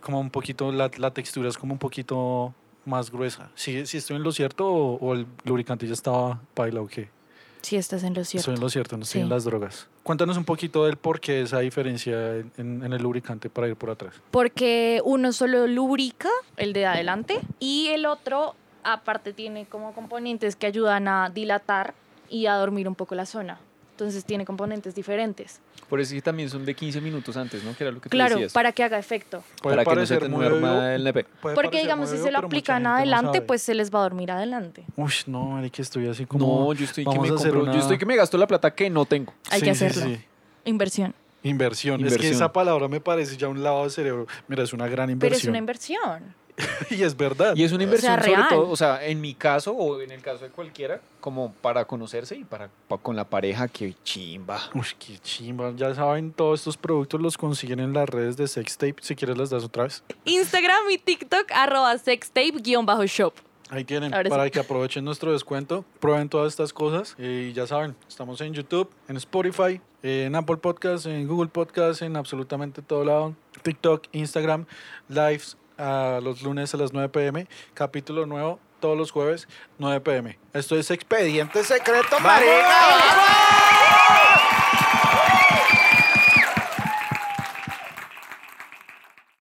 A: Como un poquito. La, la textura es como un poquito más gruesa. ¿Sí, sí estoy en lo cierto o, o el lubricante ya estaba paila o qué?
C: Sí, estás en lo cierto.
A: Estoy en lo cierto, no estoy en
C: Sí.
A: las drogas. Cuéntanos un poquito del por qué esa diferencia en, en el lubricante para ir por atrás.
C: Porque uno solo lubrica el de adelante y el otro aparte tiene como componentes que ayudan a dilatar y a dormir un poco la zona. Entonces tiene componentes diferentes.
B: Por eso es que también son de 15 minutos antes, ¿no? Que era lo que tú
C: Claro,
B: decías.
C: para que haga efecto.
A: Puede
B: Para que no se
A: parecer
B: te
A: muy
B: duerma
A: obvio,
B: el nepe.
A: puede
C: Porque
A: parecer muy
C: digamos, si
A: obvio,
C: se lo
A: pero mucha
C: aplican
A: gente no
C: adelante,
A: sabe.
C: pues se les va a dormir adelante.
A: Uy, no, que estoy así como.
B: No, yo estoy que
A: vamos
B: me
A: a hacer
B: compro-
A: una-
B: yo estoy que me gasto la plata que no tengo.
C: Hay que hacerlo. Inversión.
A: Inversión. Es que
B: Inversión.
A: esa palabra me parece ya un lavado de cerebro. Mira, es una gran
C: Pero es
A: inversión.
C: una inversión.
A: *laughs* y es verdad.
B: *laughs* Y es una
C: sea,
B: inversión sobre
C: real.
B: todo, o sea, en mi caso o en el caso de cualquiera, como para conocerse y para, pa- con la pareja, que chimba.
A: Uy, qué chimba. Ya saben, todos estos productos los consiguen en las redes de Sextape. Si quieres, las das otra vez.
C: Instagram y TikTok, arroba sextape-shop.
A: Ahí tienen,
C: Ahora sí.
A: para que aprovechen nuestro descuento, prueben todas estas cosas y ya saben, estamos en YouTube, en Spotify, en Apple Podcast, en Google Podcast, en absolutamente todo lado, TikTok, Instagram, lives a los lunes a las 9 pm, capítulo nuevo todos los jueves 9 pm. Esto es Expediente Secreto Marina.